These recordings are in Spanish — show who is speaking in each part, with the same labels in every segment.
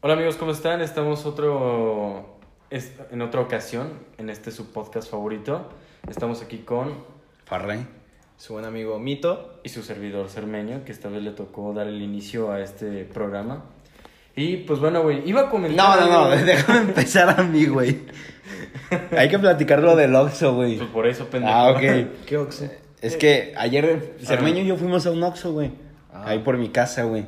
Speaker 1: Hola amigos, ¿cómo están? Estamos otro, es- en otra ocasión, en este su podcast favorito. Estamos aquí con
Speaker 2: Farrey.
Speaker 3: su buen amigo Mito.
Speaker 1: y su servidor Cermeño, que esta vez le tocó dar el inicio a este programa. Y pues bueno, güey, iba a
Speaker 2: No,
Speaker 1: comentar...
Speaker 2: no, no,
Speaker 1: algo-
Speaker 2: déjame empezar a mí, güey. Hay que platicar lo del Oxxo, güey.
Speaker 1: Pues por eso, pendejo.
Speaker 2: Ah, ok.
Speaker 3: ¿Qué Oxxo?
Speaker 2: Es que ayer Cermeño y yo fuimos a un Oxxo, güey.
Speaker 3: Ah.
Speaker 2: Ahí por mi casa, güey.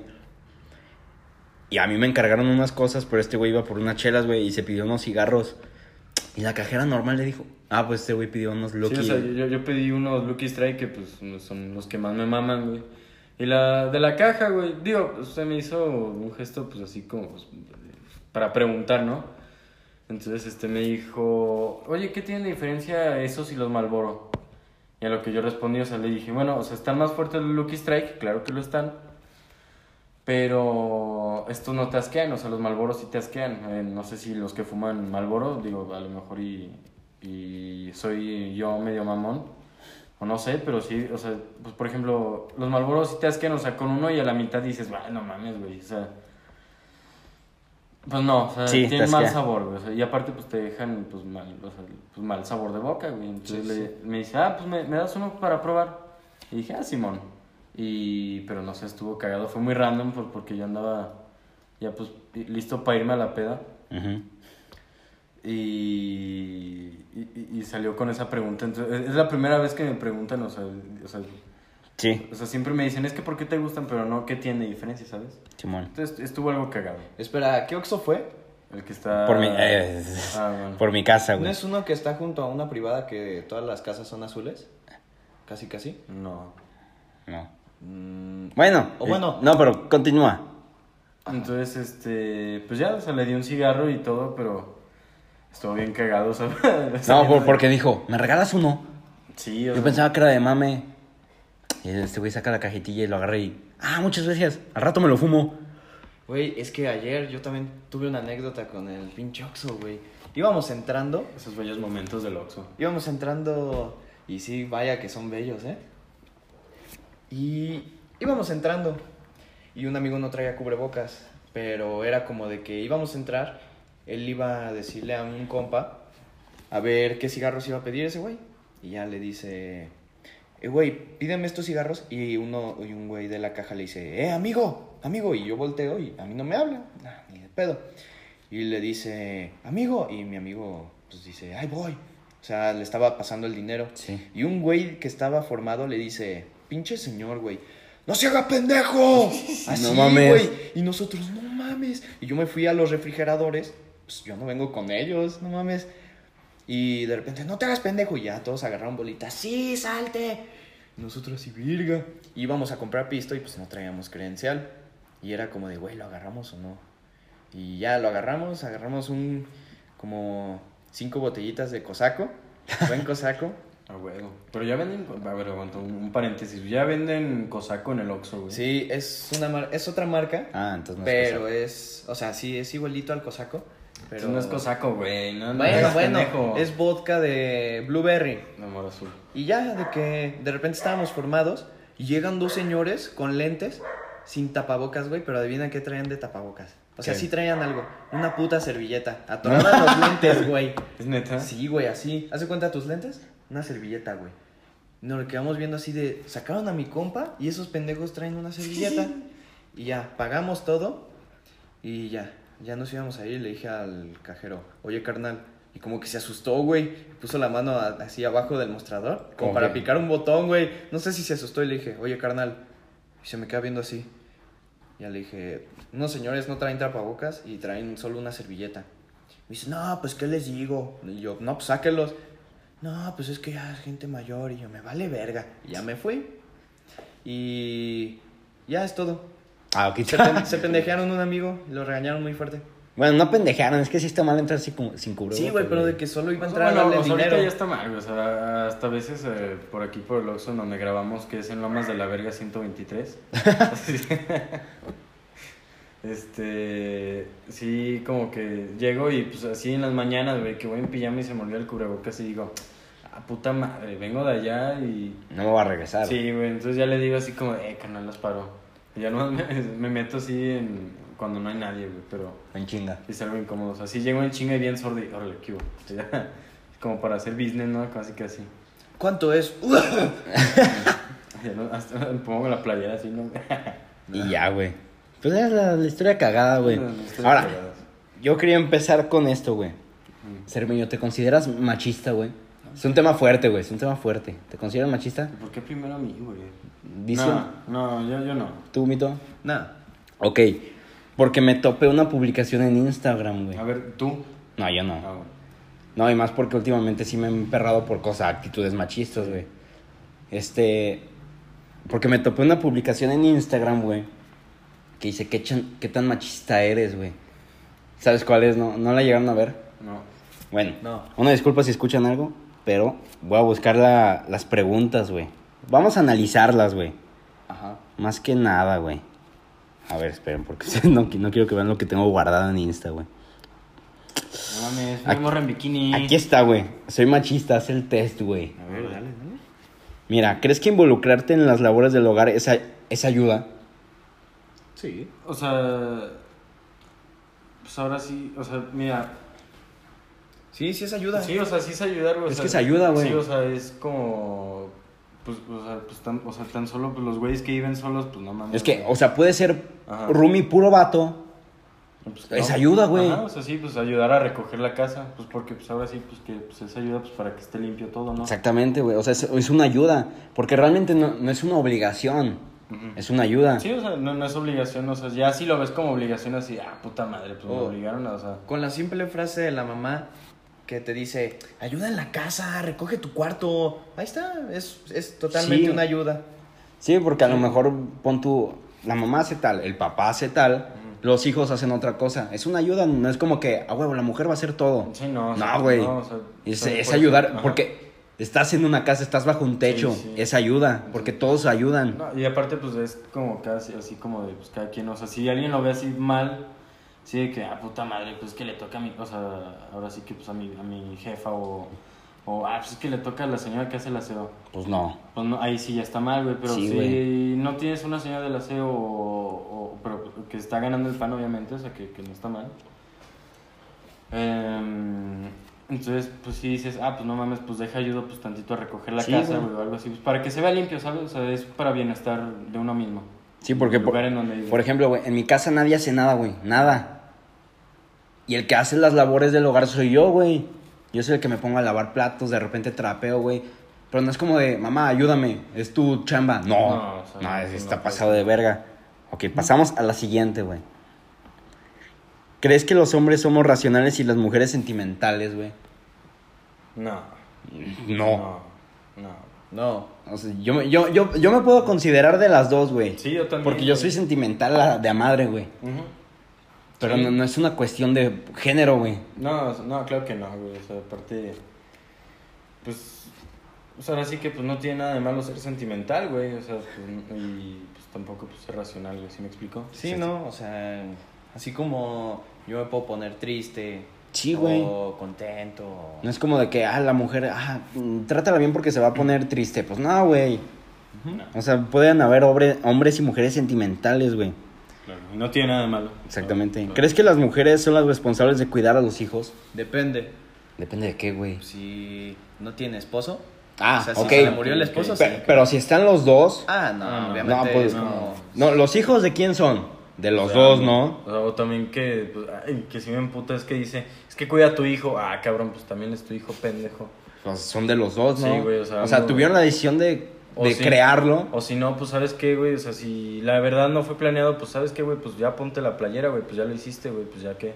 Speaker 2: Y a mí me encargaron unas cosas, pero este güey iba por unas chelas, güey, y se pidió unos cigarros. Y la cajera normal le dijo, ah, pues este güey pidió unos
Speaker 1: Sí,
Speaker 2: Lucky.
Speaker 1: o sea, yo, yo pedí unos Lucky Strike que pues no son los que más me maman, güey. Y la de la caja, güey, digo, usted me hizo un gesto pues así como pues, para preguntar, ¿no? Entonces este me dijo, oye, ¿qué tiene de diferencia esos y los Malboro? Y a lo que yo respondí, o sea, le dije, bueno, o sea, están más fuertes los Lucky Strike, claro que lo están. Pero estos no te asquean, o sea, los Malboros sí te asquean. Eh, no sé si los que fuman Malboro, digo, a lo mejor y, y soy yo medio mamón, o no sé, pero sí, o sea, pues por ejemplo, los Malboros sí te asquean, o sea, con uno y a la mitad dices, bueno, mames, güey, o sea. Pues no, o sea,
Speaker 2: Sí, te
Speaker 1: tienen mal
Speaker 2: asquea.
Speaker 1: sabor, güey, o sea, y aparte, pues te dejan, pues mal, o sea, pues, mal sabor de boca, güey. Entonces le- me dice, ah, pues me, me das uno para probar. Y dije, ah, Simón. Y, pero no sé, estuvo cagado. Fue muy random pues, porque yo andaba ya pues listo para irme a la peda.
Speaker 2: Ujú.
Speaker 1: Y, y, y- y salió con esa pregunta. Entonces, es- es la primera vez que me preguntan, o sea, o sea,
Speaker 2: Sí,
Speaker 1: o sea, siempre me dicen, es que ¿por qué te gustan? Pero no, ¿qué tiene de diferencia, sabes?
Speaker 2: Simón.
Speaker 1: Entonces estuvo algo cagado.
Speaker 3: Espera, ¿qué Oxxo fue?
Speaker 1: El que está...
Speaker 2: Por mi, eh,
Speaker 1: Ah, bueno.
Speaker 2: por mi casa,
Speaker 3: ¿No
Speaker 2: güey.
Speaker 3: es uno que está junto a una privada que todas las casas son azules? Casi, casi.
Speaker 1: No.
Speaker 2: No.
Speaker 3: Mm,
Speaker 2: Bueno.
Speaker 3: O bueno.
Speaker 2: No, pero continúa.
Speaker 1: Entonces, este, pues ya, o sea, le di un cigarro y todo, pero estuvo bien cagado, ¿sabes?
Speaker 2: No, por- porque dijo, ¿me regalas uno?
Speaker 1: Sí, o
Speaker 2: Yo
Speaker 1: sea,
Speaker 2: pensaba que era de mame. Y este güey saca la cajetilla y lo agarra y. Ah, muchas gracias. Al rato me lo fumo.
Speaker 3: Güey, es que ayer yo también tuve una anécdota con el pinche Oxxo, güey. Íbamos entrando,
Speaker 1: esos bellos momentos del Oxxo.
Speaker 3: íbamos entrando y sí, vaya que son bellos, ¿eh? Y íbamos entrando y un amigo no traía cubrebocas, pero era como de que íbamos a entrar, él iba a decirle a un compa a ver qué cigarros iba a pedir ese güey y ya le dice, eh, güey, pídeme estos cigarros y uno y un güey de la caja le dice, "Eh, amigo, amigo" y yo volteo y a mí no me habla, nah, ni de pedo. Y le dice, "Amigo" y mi amigo pues dice, "Ay, voy." O sea, le estaba pasando el dinero.
Speaker 2: Sí.
Speaker 3: Y un güey que estaba formado le dice, pinche señor, güey, no se haga pendejo. Así,
Speaker 2: No mames.
Speaker 3: güey. Y nosotros, no mames. Y yo me fui a los refrigeradores, pues yo no vengo con ellos, no mames. Y de repente, no te hagas pendejo. Y ya todos agarraron bolitas, sí, salte. Y nosotros así, virga. Íbamos a comprar pisto y pues no traíamos credencial. Y era como de, güey, ¿lo agarramos o no? Y ya lo agarramos, agarramos un, como cinco botellitas de cosaco. Buen cosaco.
Speaker 1: A huevo. Pero ya venden. A ver, aguanta un, un paréntesis. Ya venden cosaco en el Oxxo, güey.
Speaker 3: Sí, es una mar- es otra marca,
Speaker 2: Ah, entonces no es
Speaker 3: pero es, o sea, sí es igualito al cosaco, pero
Speaker 1: Eso no es cosaco, güey. No, no
Speaker 3: Bueno,
Speaker 1: eres
Speaker 3: bueno,
Speaker 1: pendejo.
Speaker 3: es vodka de blueberry.
Speaker 1: De amor azul.
Speaker 3: Y ya de que de repente estábamos formados y llegan dos señores con lentes sin tapabocas, güey, pero adivina qué traían de tapabocas. O sea,
Speaker 2: ¿Qué?
Speaker 3: sí traían algo, una puta servilleta atorada a los lentes, güey.
Speaker 1: ¿Es neta?
Speaker 3: Sí, güey, así. ¿Haz de cuenta tus lentes? Una servilleta, güey. Nos lo quedamos viendo así de. Sacaron a mi compa y esos pendejos traen una servilleta. y ya, pagamos todo. Y ya, ya nos íbamos a ir. Le dije al cajero, oye, carnal. Y como que se asustó, güey. Puso la mano a- así abajo del mostrador. Como
Speaker 2: Ok.
Speaker 3: para picar un botón, güey. No sé si se asustó y le dije, oye, carnal. Y se me queda viendo así. Ya le dije, unos señores no traen tapabocas y traen solo una servilleta. Me dice, no, pues, ¿qué les digo? Y yo, no, pues, sáquenlos. No, pues, es que ya es gente mayor. Y yo, me vale verga. Y ya me fui. Y ya es todo.
Speaker 2: Ah, ok.
Speaker 3: Se, pen- se pendejearon un amigo y lo regañaron muy fuerte.
Speaker 2: Bueno, no pendejaron, es que sí está mal entrar así como sin cubrebocas.
Speaker 3: Sí, güey, pero de que solo iba a
Speaker 1: Bueno,
Speaker 3: entrar a
Speaker 1: Pues bueno,
Speaker 3: darle
Speaker 1: o sea, ahorita ya
Speaker 3: dinero.
Speaker 1: está mal, güey, O sea, hasta a veces eh, por aquí, por el Oxxo, en donde grabamos, que es en Lomas de la Verga 123. Así- este. Sí, como que llego y pues así en las mañanas, güey, que voy en pijama y se me olvida el cubrebocas y digo, ah, puta madre, vengo de allá y.
Speaker 2: No me va a regresar.
Speaker 1: Sí, güey, entonces ya le digo así como, eh, carnal, las paro. Y ya no me, me meto así en, cuando no hay nadie, güey, pero
Speaker 2: En chinga.
Speaker 1: es algo incómodo. O sea, sí llego en chinga y bien sordo y órale, ¿qué hubo? O sea, Como para hacer business, ¿no? Casi que así.
Speaker 3: ¿Cuánto es?
Speaker 1: Ya no- hasta me pongo la playera así, ¿no?
Speaker 2: Y ya, güey. Pues es la, la historia cagada, güey.
Speaker 1: No, no estoy
Speaker 2: Ahora,
Speaker 1: cagado.
Speaker 2: yo quería empezar con esto, güey.
Speaker 1: Mm.
Speaker 2: Cermeño, ¿te consideras machista, güey? Es un tema fuerte, güey. Es un tema fuerte. ¿Te consideras machista?
Speaker 1: ¿Por qué primero a mí, güey?
Speaker 2: Dice
Speaker 1: No, no, yo, yo no.
Speaker 2: tú, mito.
Speaker 3: Nada.
Speaker 2: Ok. Porque me topé una publicación en Instagram, güey.
Speaker 1: A ver, tú.
Speaker 2: No, yo
Speaker 1: Ah,
Speaker 2: no.
Speaker 1: bueno.
Speaker 2: No, y más porque últimamente sí me he emperrado por cosas, actitudes machistas, güey. Este. Porque me topé una publicación en Instagram, güey. Que dice, ¿qué, chan- qué tan machista eres, güey? ¿Sabes cuál es? No, no la llegaron a ver.
Speaker 1: No.
Speaker 2: Bueno,
Speaker 3: No.
Speaker 2: una disculpa si escuchan algo, pero voy a buscar la- las preguntas, güey. Vamos a analizarlas, güey.
Speaker 1: Ajá.
Speaker 2: Más que nada, güey. A ver, esperen, porque no, qui- no quiero que vean lo que tengo guardado en Insta, güey.
Speaker 1: No mames,
Speaker 2: Aquí-
Speaker 1: una morra en bikini.
Speaker 2: Aquí está, güey. Soy machista, haz el test, güey.
Speaker 1: A ver, dale.
Speaker 2: Mira, ¿crees que involucrarte en las labores del hogar es, a- es ayuda?
Speaker 3: Sí.
Speaker 1: O sea. Pues ahora sí, o sea, mira.
Speaker 3: Sí, sí es ayuda.
Speaker 1: Sí, o sea, sí es ayudar, güey. o
Speaker 2: Es
Speaker 1: sea,
Speaker 2: que es ayuda, güey.
Speaker 1: Sí, o sea, es como. Pues, o sea, pues tan, o sea, tan solo pues, los güeyes que viven solos, pues no mames.
Speaker 2: Es que, o sea, puede ser
Speaker 1: Ajá.
Speaker 2: roomie puro vato.
Speaker 1: Pues,
Speaker 2: es ayuda, güey.
Speaker 1: Ajá, o sea, sí, pues ayudar a recoger la casa. Pues porque, pues ahora sí, pues que pues, es ayuda pues, para que esté limpio todo, ¿no?
Speaker 2: Exactamente, güey. O sea, es, es una ayuda. Porque realmente no, no es una obligación.
Speaker 1: Ujú.
Speaker 2: Es una ayuda.
Speaker 1: Sí, o sea, no, no es obligación, o sea, ya si lo ves como obligación así, ah, puta madre, pues me
Speaker 3: Oh.
Speaker 1: obligaron a, o sea,
Speaker 3: Con la simple frase de la mamá que te dice, ayuda en la casa, recoge tu cuarto. Ahí está, es, es totalmente
Speaker 2: Sí.
Speaker 3: una ayuda.
Speaker 2: Sí, porque a lo mejor pon tu. La mamá hace tal, el papá hace tal,
Speaker 1: Mm.
Speaker 2: los hijos hacen otra cosa. Es una ayuda, no es como que, ah, huevo, la mujer va a hacer todo.
Speaker 1: Sí, no, o sea,
Speaker 2: No, güey.
Speaker 1: no, o sea,
Speaker 2: es,
Speaker 1: o sea,
Speaker 2: es
Speaker 1: por
Speaker 2: ayudar,
Speaker 1: ejemplo, ajá.
Speaker 2: porque estás en una casa, estás bajo un techo.
Speaker 1: Sí, sí.
Speaker 2: Es ayuda, porque todos ayudan.
Speaker 1: No, y aparte, pues es como casi así como de, pues cada quien, o sea, si alguien lo ve así mal, sí, de que, ah, puta madre, pues que le toca a mi, o sea, ahora sí que, pues a mi, a mi jefa o, o, ah, pues es que le toca a la señora que hace el aseo.
Speaker 2: Pues no.
Speaker 1: Pues no, ahí sí ya está mal, güey, pero
Speaker 2: Sí,
Speaker 1: si
Speaker 2: güey.
Speaker 1: no tienes una señora del aseo o, o- pero que está ganando el pan, obviamente, o sea, que, que no está mal. Em, entonces, pues si dices, ah, pues no mames, pues deja ayuda pues tantito a recoger la
Speaker 2: Sí,
Speaker 1: casa,
Speaker 2: güey.
Speaker 1: güey, o algo así, pues para que se vea limpio, ¿sabes? O sea, es para bienestar de uno mismo.
Speaker 2: Sí, porque,
Speaker 1: El
Speaker 2: por,
Speaker 1: lugar en donde vive.
Speaker 2: por ejemplo, güey, en mi casa nadie hace nada, güey. Nada. Y el que hace las labores del hogar soy yo, güey. Yo soy el que me pongo a lavar platos, de repente trapeo, güey. Pero no es como de, mamá, ayúdame, es tu chamba. No, no,
Speaker 1: No, o sea,
Speaker 2: no,
Speaker 1: no,
Speaker 2: es-
Speaker 1: no
Speaker 2: está
Speaker 1: puede
Speaker 2: pasado de verga. Ok, pasamos a la siguiente, güey. ¿Crees que los hombres somos racionales y las mujeres sentimentales, güey?
Speaker 1: No, Mm,
Speaker 2: No.
Speaker 1: no.
Speaker 3: No.
Speaker 2: O sea, yo, me- yo, yo, yo me puedo considerar de las dos, güey.
Speaker 1: Sí, yo también.
Speaker 2: porque yo soy
Speaker 1: güey.
Speaker 2: sentimental a- de a madre, güey.
Speaker 1: Ujú.
Speaker 2: Pero
Speaker 1: Sí.
Speaker 2: no, no es una cuestión de género, güey.
Speaker 1: No, no, claro que no, güey. O sea, aparte. Pues. O sea, ahora sí que pues no tiene nada de malo ser sentimental, güey. O sea, pues, y pues tampoco pues, ser racional, güey. ¿Sí me explico?
Speaker 3: Sí, no, o sea, así como yo me puedo poner triste.
Speaker 2: Sí, güey.
Speaker 3: O contento. o-
Speaker 2: No es como de que, ah, la mujer, ah, mm, trátala bien porque se va a poner triste. Pues no, güey.
Speaker 1: No,
Speaker 2: O sea, pueden haber hombre- hombres y mujeres sentimentales, güey.
Speaker 1: claro. y No tiene nada de malo.
Speaker 2: Exactamente.
Speaker 1: Claro, claro.
Speaker 2: ¿Crees que las mujeres son las responsables de cuidar a los hijos?
Speaker 3: Depende.
Speaker 2: Depende de qué, güey.
Speaker 3: Si no tiene esposo.
Speaker 2: Ah,
Speaker 3: o sea,
Speaker 2: ok.
Speaker 3: si se le murió el esposo,
Speaker 2: Pe-
Speaker 3: sí.
Speaker 2: pero, si están los dos.
Speaker 3: Ah, no,
Speaker 1: No,
Speaker 3: obviamente
Speaker 2: no, pues,
Speaker 3: es como-
Speaker 2: No, ¿los hijos de quién son? De los
Speaker 1: O sea,
Speaker 2: dos, ¿no?
Speaker 1: O, sea, o también que, pues, ay, que si me emputa es que dice, es que cuida a tu hijo. Ah, cabrón, pues también es tu hijo, pendejo.
Speaker 2: Pues son de los dos, ¿no?
Speaker 1: Sí, güey, o sea, no-
Speaker 2: tuvieron la decisión de,
Speaker 1: O
Speaker 2: de
Speaker 1: sí.
Speaker 2: crearlo.
Speaker 1: O si no, pues sabes qué, güey. O sea, si la verdad no fue planeado, pues sabes qué, güey. Pues ya ponte la playera, güey. Pues ya lo hiciste, güey. Pues ya qué.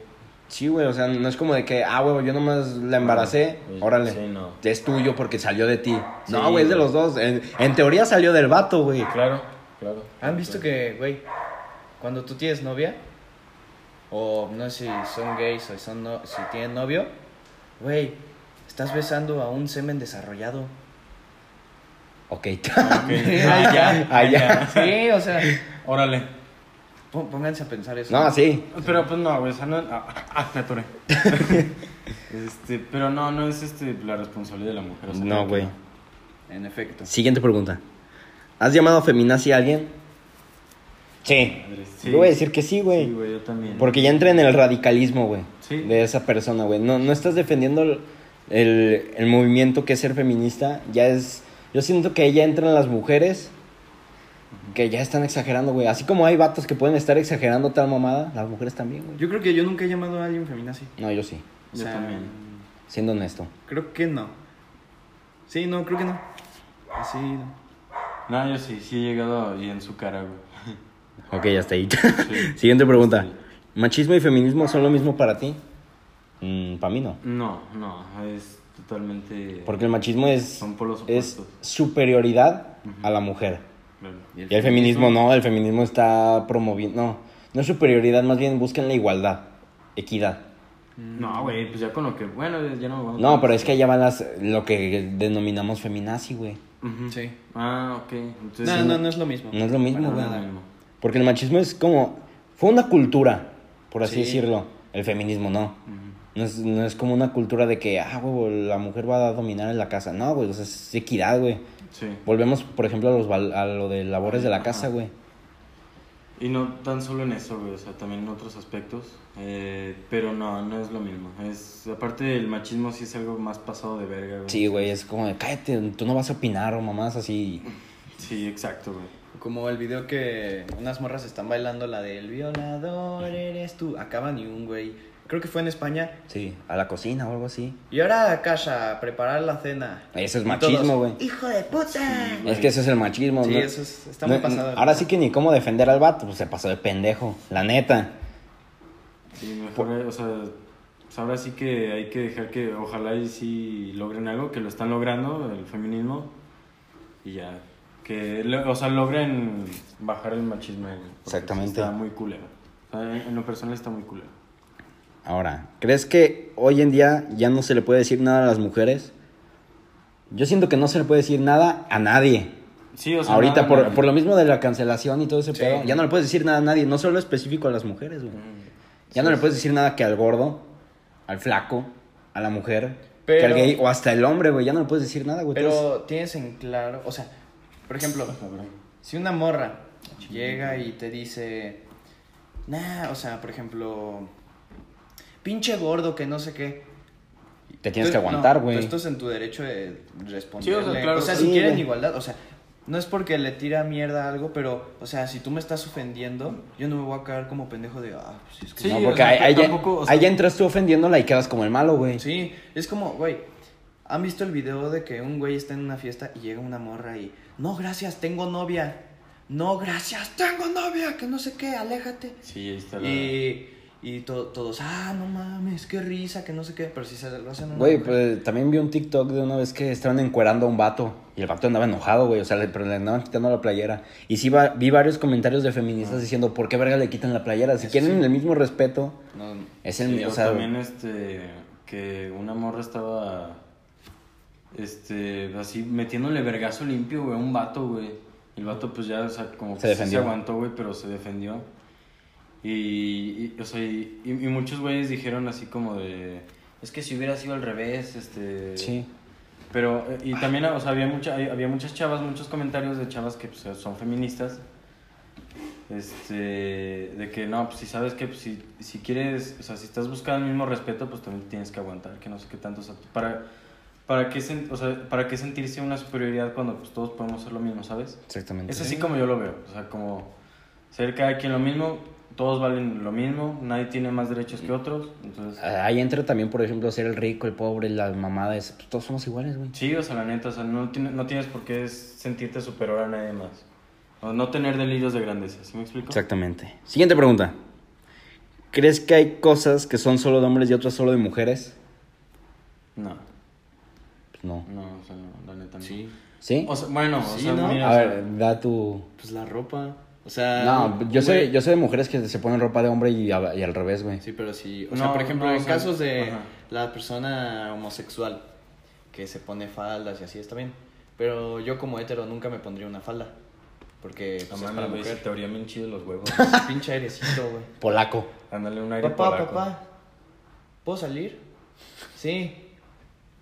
Speaker 2: Sí, güey, o sea, no es como de que, ah, güey, yo nomás la embaracé,
Speaker 1: Sí,
Speaker 2: órale.
Speaker 1: Ah, pues, sí, no.
Speaker 2: Es tuyo porque salió de ti.
Speaker 1: Sí,
Speaker 2: no, güey, es de
Speaker 1: güey.
Speaker 2: los dos. En, en teoría salió del vato, güey.
Speaker 1: Claro, claro.
Speaker 3: ¿Han visto que, güey, cuando tú tienes novia, o no sé si son gays o son no- si tienen novio, güey, estás besando a un semen desarrollado.
Speaker 2: Ok.
Speaker 1: Ok. Ah, ya, ah, ya.
Speaker 3: Sí, o sea,
Speaker 1: Órale.
Speaker 3: pó- pónganse a pensar eso.
Speaker 2: no, sí.
Speaker 1: Pero pues no, güey, o sea, no. Ah, ah, me atoré. este, pero no, no es este la responsabilidad de la mujer. o sea,
Speaker 2: No, güey.
Speaker 3: En efecto.
Speaker 2: Siguiente pregunta. ¿Has llamado feminazi a alguien? Sí.
Speaker 1: Sí.
Speaker 2: Yo voy a decir que sí, güey.
Speaker 1: Sí, güey, yo también.
Speaker 2: Porque ya entra en el radicalismo, güey.
Speaker 1: Sí.
Speaker 2: De esa persona, güey. No, no estás defendiendo el, el- el movimiento que es ser feminista. Ya es. Yo siento que ya entran las mujeres que ya están exagerando, güey. Así como hay vatos que pueden estar exagerando tal mamada, las mujeres también, güey.
Speaker 3: Yo creo que yo nunca he llamado a alguien feminazi.
Speaker 2: No, yo sí.
Speaker 1: Yo también.
Speaker 2: Siendo honesto.
Speaker 3: Creo que no. Sí, no, creo que no. Así, no.
Speaker 1: No, yo sí, sí he llegado y en su cara, güey.
Speaker 2: Ok, ya está ahí.
Speaker 1: Sí.
Speaker 2: Siguiente pregunta. ¿Machismo y feminismo son lo mismo para ti? para mí no.
Speaker 1: No, no, es totalmente...
Speaker 2: Porque el machismo es,
Speaker 1: Son polos
Speaker 2: es
Speaker 1: opuestos.
Speaker 2: superioridad a la mujer.
Speaker 1: Claro.
Speaker 2: Y el feminismo no, el feminismo está promoviendo. No, no es superioridad, más bien buscan la igualdad, equidad.
Speaker 1: No, güey, pues ya con lo que... Bueno, ya no... vamos
Speaker 2: No,
Speaker 1: a-
Speaker 2: pero es que allá van las, lo que denominamos feminazi, güey.
Speaker 1: Ujú.
Speaker 3: Sí.
Speaker 1: Ah, ok. Entonces,
Speaker 3: No, no, no es lo mismo.
Speaker 2: No es lo mismo,
Speaker 1: Para
Speaker 2: güey.
Speaker 1: nada mismo.
Speaker 2: Porque el machismo es como. Fue una cultura, por así
Speaker 3: Sí.
Speaker 2: decirlo. El feminismo no. No es, no es como una cultura de que, ah, huevo, la mujer va a dominar en la casa. No, güey, o sea, es equidad, güey.
Speaker 1: Sí.
Speaker 2: Volvemos, por ejemplo, a, los, val- a lo de labores de la casa, güey.
Speaker 1: Y no tan solo en eso, güey, o sea, también en otros aspectos. eh, pero no, no es lo mismo. Es, aparte, el machismo sí es algo más pasado de verga, güey.
Speaker 2: Sí, güey, es como de, cállate, tú no vas a opinar o mamás así.
Speaker 1: Sí, exacto, güey.
Speaker 3: Como el video que unas morras están bailando la del violador eres tú. Acaban y un güey. Creo que fue en España.
Speaker 2: Sí, a la cocina o algo así.
Speaker 3: Y ahora a casa, a preparar la cena.
Speaker 2: Eso es
Speaker 3: Y
Speaker 2: machismo,
Speaker 3: todos,
Speaker 2: güey.
Speaker 3: ¡Hijo de puta!
Speaker 2: Es que eso es el machismo,
Speaker 3: Sí,
Speaker 2: ¿no?
Speaker 3: eso es- está muy
Speaker 2: No,
Speaker 3: pasado.
Speaker 2: Ahora sí que ni cómo defender al vato, pues se pasó de pendejo, la neta.
Speaker 1: Sí, mejor, eh, o sea, pues ahora sí que hay que dejar que, ojalá y sí logren algo, que lo están logrando, el feminismo, y ya. Que, lo- o sea, logren bajar el machismo, güey. porque sí
Speaker 2: Exactamente.
Speaker 1: Está muy culero. O sea, en, en lo personal está muy culero.
Speaker 2: Ahora, ¿crees que hoy en día ya no se le puede decir nada a las mujeres? Yo siento que no se le puede decir nada a nadie.
Speaker 1: Sí, o sea,
Speaker 2: Ahorita,
Speaker 1: nada,
Speaker 2: por,
Speaker 1: nada.
Speaker 2: por lo mismo de la cancelación y todo ese
Speaker 3: Sí.
Speaker 2: pedo, ya no le puedes decir nada a nadie, no solo específico a las mujeres, güey.
Speaker 3: Mm.
Speaker 2: Ya no le puedes decir nada que al gordo, al flaco, a la mujer, que al
Speaker 3: Pero-
Speaker 2: gay o hasta el hombre, güey. Ya no le puedes decir nada, güey. Entonces-
Speaker 3: Pero tienes en claro, o sea, por ejemplo,
Speaker 1: Cabrón.
Speaker 3: si una morra
Speaker 2: Ah,
Speaker 3: llega y te dice, nah, o sea, por ejemplo, pinche gordo que no sé qué.
Speaker 2: Te tienes
Speaker 3: Tú-
Speaker 2: que aguantar,
Speaker 3: no,
Speaker 2: güey.
Speaker 3: tú estás en tu derecho de responderle.
Speaker 1: Sí,
Speaker 3: o
Speaker 1: o sea,
Speaker 3: sea,
Speaker 1: claro,
Speaker 2: sí,
Speaker 3: si quieren
Speaker 2: güey.
Speaker 3: igualdad, o sea, no es porque le tira mierda a algo, pero, o sea, si tú me estás ofendiendo, yo no me voy a caer como pendejo de, ah, pues es que
Speaker 1: Sí,
Speaker 2: no,
Speaker 1: o
Speaker 2: porque
Speaker 1: sea,
Speaker 2: ahí-
Speaker 1: que
Speaker 2: ahí, ya-
Speaker 1: tampoco, o sea-
Speaker 2: ahí ya entras tú ofendiéndola y quedas como el malo, güey.
Speaker 3: Sí, es como, güey, ¿han visto el video de que un güey está en una fiesta y llega una morra y, no, gracias, tengo novia. No, gracias, tengo novia, que no sé qué, aléjate.
Speaker 1: Sí, ahí está la...
Speaker 3: Y, y to- todos, ah, no mames, qué risa, que no sé qué, pero si se lo hacen a una
Speaker 2: Güey,
Speaker 3: mujer.
Speaker 2: pues también vi un TikTok de una vez que estaban encuerando a un vato y el vato andaba enojado, güey, o sea, le, pero le andaban quitando la playera. Y sí va- vi varios comentarios de
Speaker 1: Ah.
Speaker 2: feministas diciendo, ¿por qué verga le quitan la playera? Si quieren el mismo respeto,
Speaker 3: No,
Speaker 2: es el
Speaker 1: Sí,
Speaker 2: mío,
Speaker 1: o
Speaker 2: o sea,
Speaker 1: también este que una morra estaba este así metiéndole vergazo limpio, güey, a un vato, güey. El vato pues ya, o sea, como que
Speaker 2: Se
Speaker 1: sí
Speaker 2: defendió.
Speaker 1: aguantó, güey, pero se defendió. Y, y, o sea, y, y- y muchos güeyes dijeron así como de es que si hubiera sido al revés, este
Speaker 2: sí.
Speaker 1: pero, eh, y también, o sea, había, mucha, hay- había muchas chavas, muchos comentarios de chavas que pues, son feministas. Este, de que no, pues si sabes que pues, si, si quieres, o sea, si estás buscando el mismo respeto, pues también tienes que aguantar, que no sé qué tanto, o sea, para, para, qué, sen- o sea, para qué sentirse una superioridad cuando pues todos podemos ser lo mismo, ¿sabes?
Speaker 2: Exactamente.
Speaker 1: Es así como yo lo veo, o sea, como ser cada quien lo mismo, todos valen lo mismo, nadie tiene más derechos que otros, entonces...
Speaker 2: Ahí entra también, por ejemplo, ser el rico, el pobre, la mamada, es, pues, todos somos iguales, güey.
Speaker 1: Sí, o sea, la neta, o sea, no, tiene- no tienes por qué sentirte superior a nadie más. O no tener delirios de grandeza, ¿sí me explico?
Speaker 2: Exactamente. Siguiente pregunta. ¿Crees que hay cosas que son solo de hombres y otras solo de mujeres?
Speaker 1: No,
Speaker 2: Pues no.
Speaker 1: no, o sea, no, la neta no.
Speaker 3: sí,
Speaker 2: ¿Sí?
Speaker 1: O sea, bueno, o
Speaker 3: Sí,
Speaker 1: sea,
Speaker 3: ¿no?
Speaker 1: mira,
Speaker 2: A
Speaker 1: o sea, ah,
Speaker 2: ver, da tu...
Speaker 3: pues la ropa, o sea...
Speaker 2: No, yo sé,
Speaker 3: güey,
Speaker 2: yo sé de mujeres que se ponen ropa de hombre y, a- y al revés, güey.
Speaker 3: Sí, pero si, o
Speaker 1: No,
Speaker 3: sea, por ejemplo,
Speaker 1: no, o
Speaker 3: en
Speaker 1: sea,
Speaker 3: casos de
Speaker 1: ajá.
Speaker 3: la persona homosexual que se pone faldas y así está bien, pero yo como hetero nunca me pondría una falda. Porque
Speaker 1: no
Speaker 3: pues, es
Speaker 1: mames,
Speaker 3: para
Speaker 1: güey,
Speaker 3: mujer.
Speaker 1: se te abrían bien chido los huevos.
Speaker 3: Pinche airecito, güey.
Speaker 2: Polaco.
Speaker 1: Ándale un aire
Speaker 3: Papá,
Speaker 1: polaco.
Speaker 3: papá, ¿puedo salir? Sí.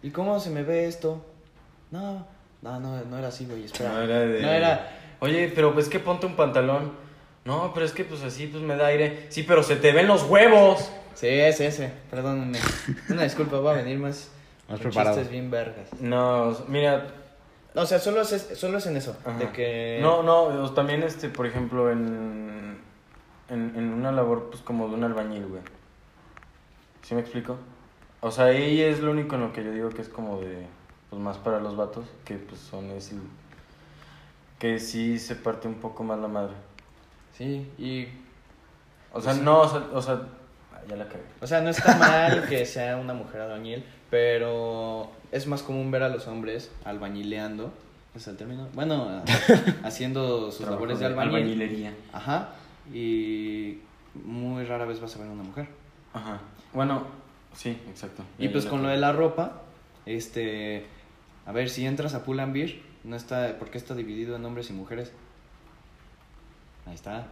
Speaker 3: ¿Y cómo se me ve esto? No, no, no, no era así, güey, espera.
Speaker 1: No era de...
Speaker 3: No era-
Speaker 1: Oye, pero pues que ponte un pantalón. No, pero es que pues así pues me da aire. Sí, pero se te ven los huevos.
Speaker 3: Sí, ese, ese. Perdónenme. Una disculpa, va a venir más.
Speaker 2: Más
Speaker 3: con
Speaker 2: preparado.
Speaker 3: Chistes bien vergas.
Speaker 1: No, mira,
Speaker 3: No, o sea, solo es, solo es en eso.
Speaker 1: Ajá.
Speaker 3: De que.
Speaker 1: No, no, o también, este, por ejemplo, en, en, en una labor, pues, como de un albañil, güey. ¿Sí me explico? O sea, ahí es lo único en lo que yo digo que es como de, pues, más para los vatos, que, pues, son ese, que sí se parte un poco más la madre.
Speaker 3: Sí, y.
Speaker 1: O
Speaker 3: Pues
Speaker 1: sea, no, o sea, o sea, ah, ya la cagué.
Speaker 3: O sea, no está mal que sea una mujer albañil, pero es más común ver a los hombres albañileando. ¿Es el término? Bueno, haciendo sus
Speaker 1: Trabajo
Speaker 3: labores de
Speaker 1: de
Speaker 3: albañil.
Speaker 1: Albañilería.
Speaker 3: Ajá. Y muy rara vez vas a ver a una mujer.
Speaker 1: Ajá. Bueno, sí, exacto.
Speaker 3: Y
Speaker 1: Ya,
Speaker 3: pues
Speaker 1: ya
Speaker 3: con lo
Speaker 1: cagué.
Speaker 3: de la ropa, este, a ver, si entras a Pull and Beer, no está, porque está dividido en hombres y mujeres. Ahí está.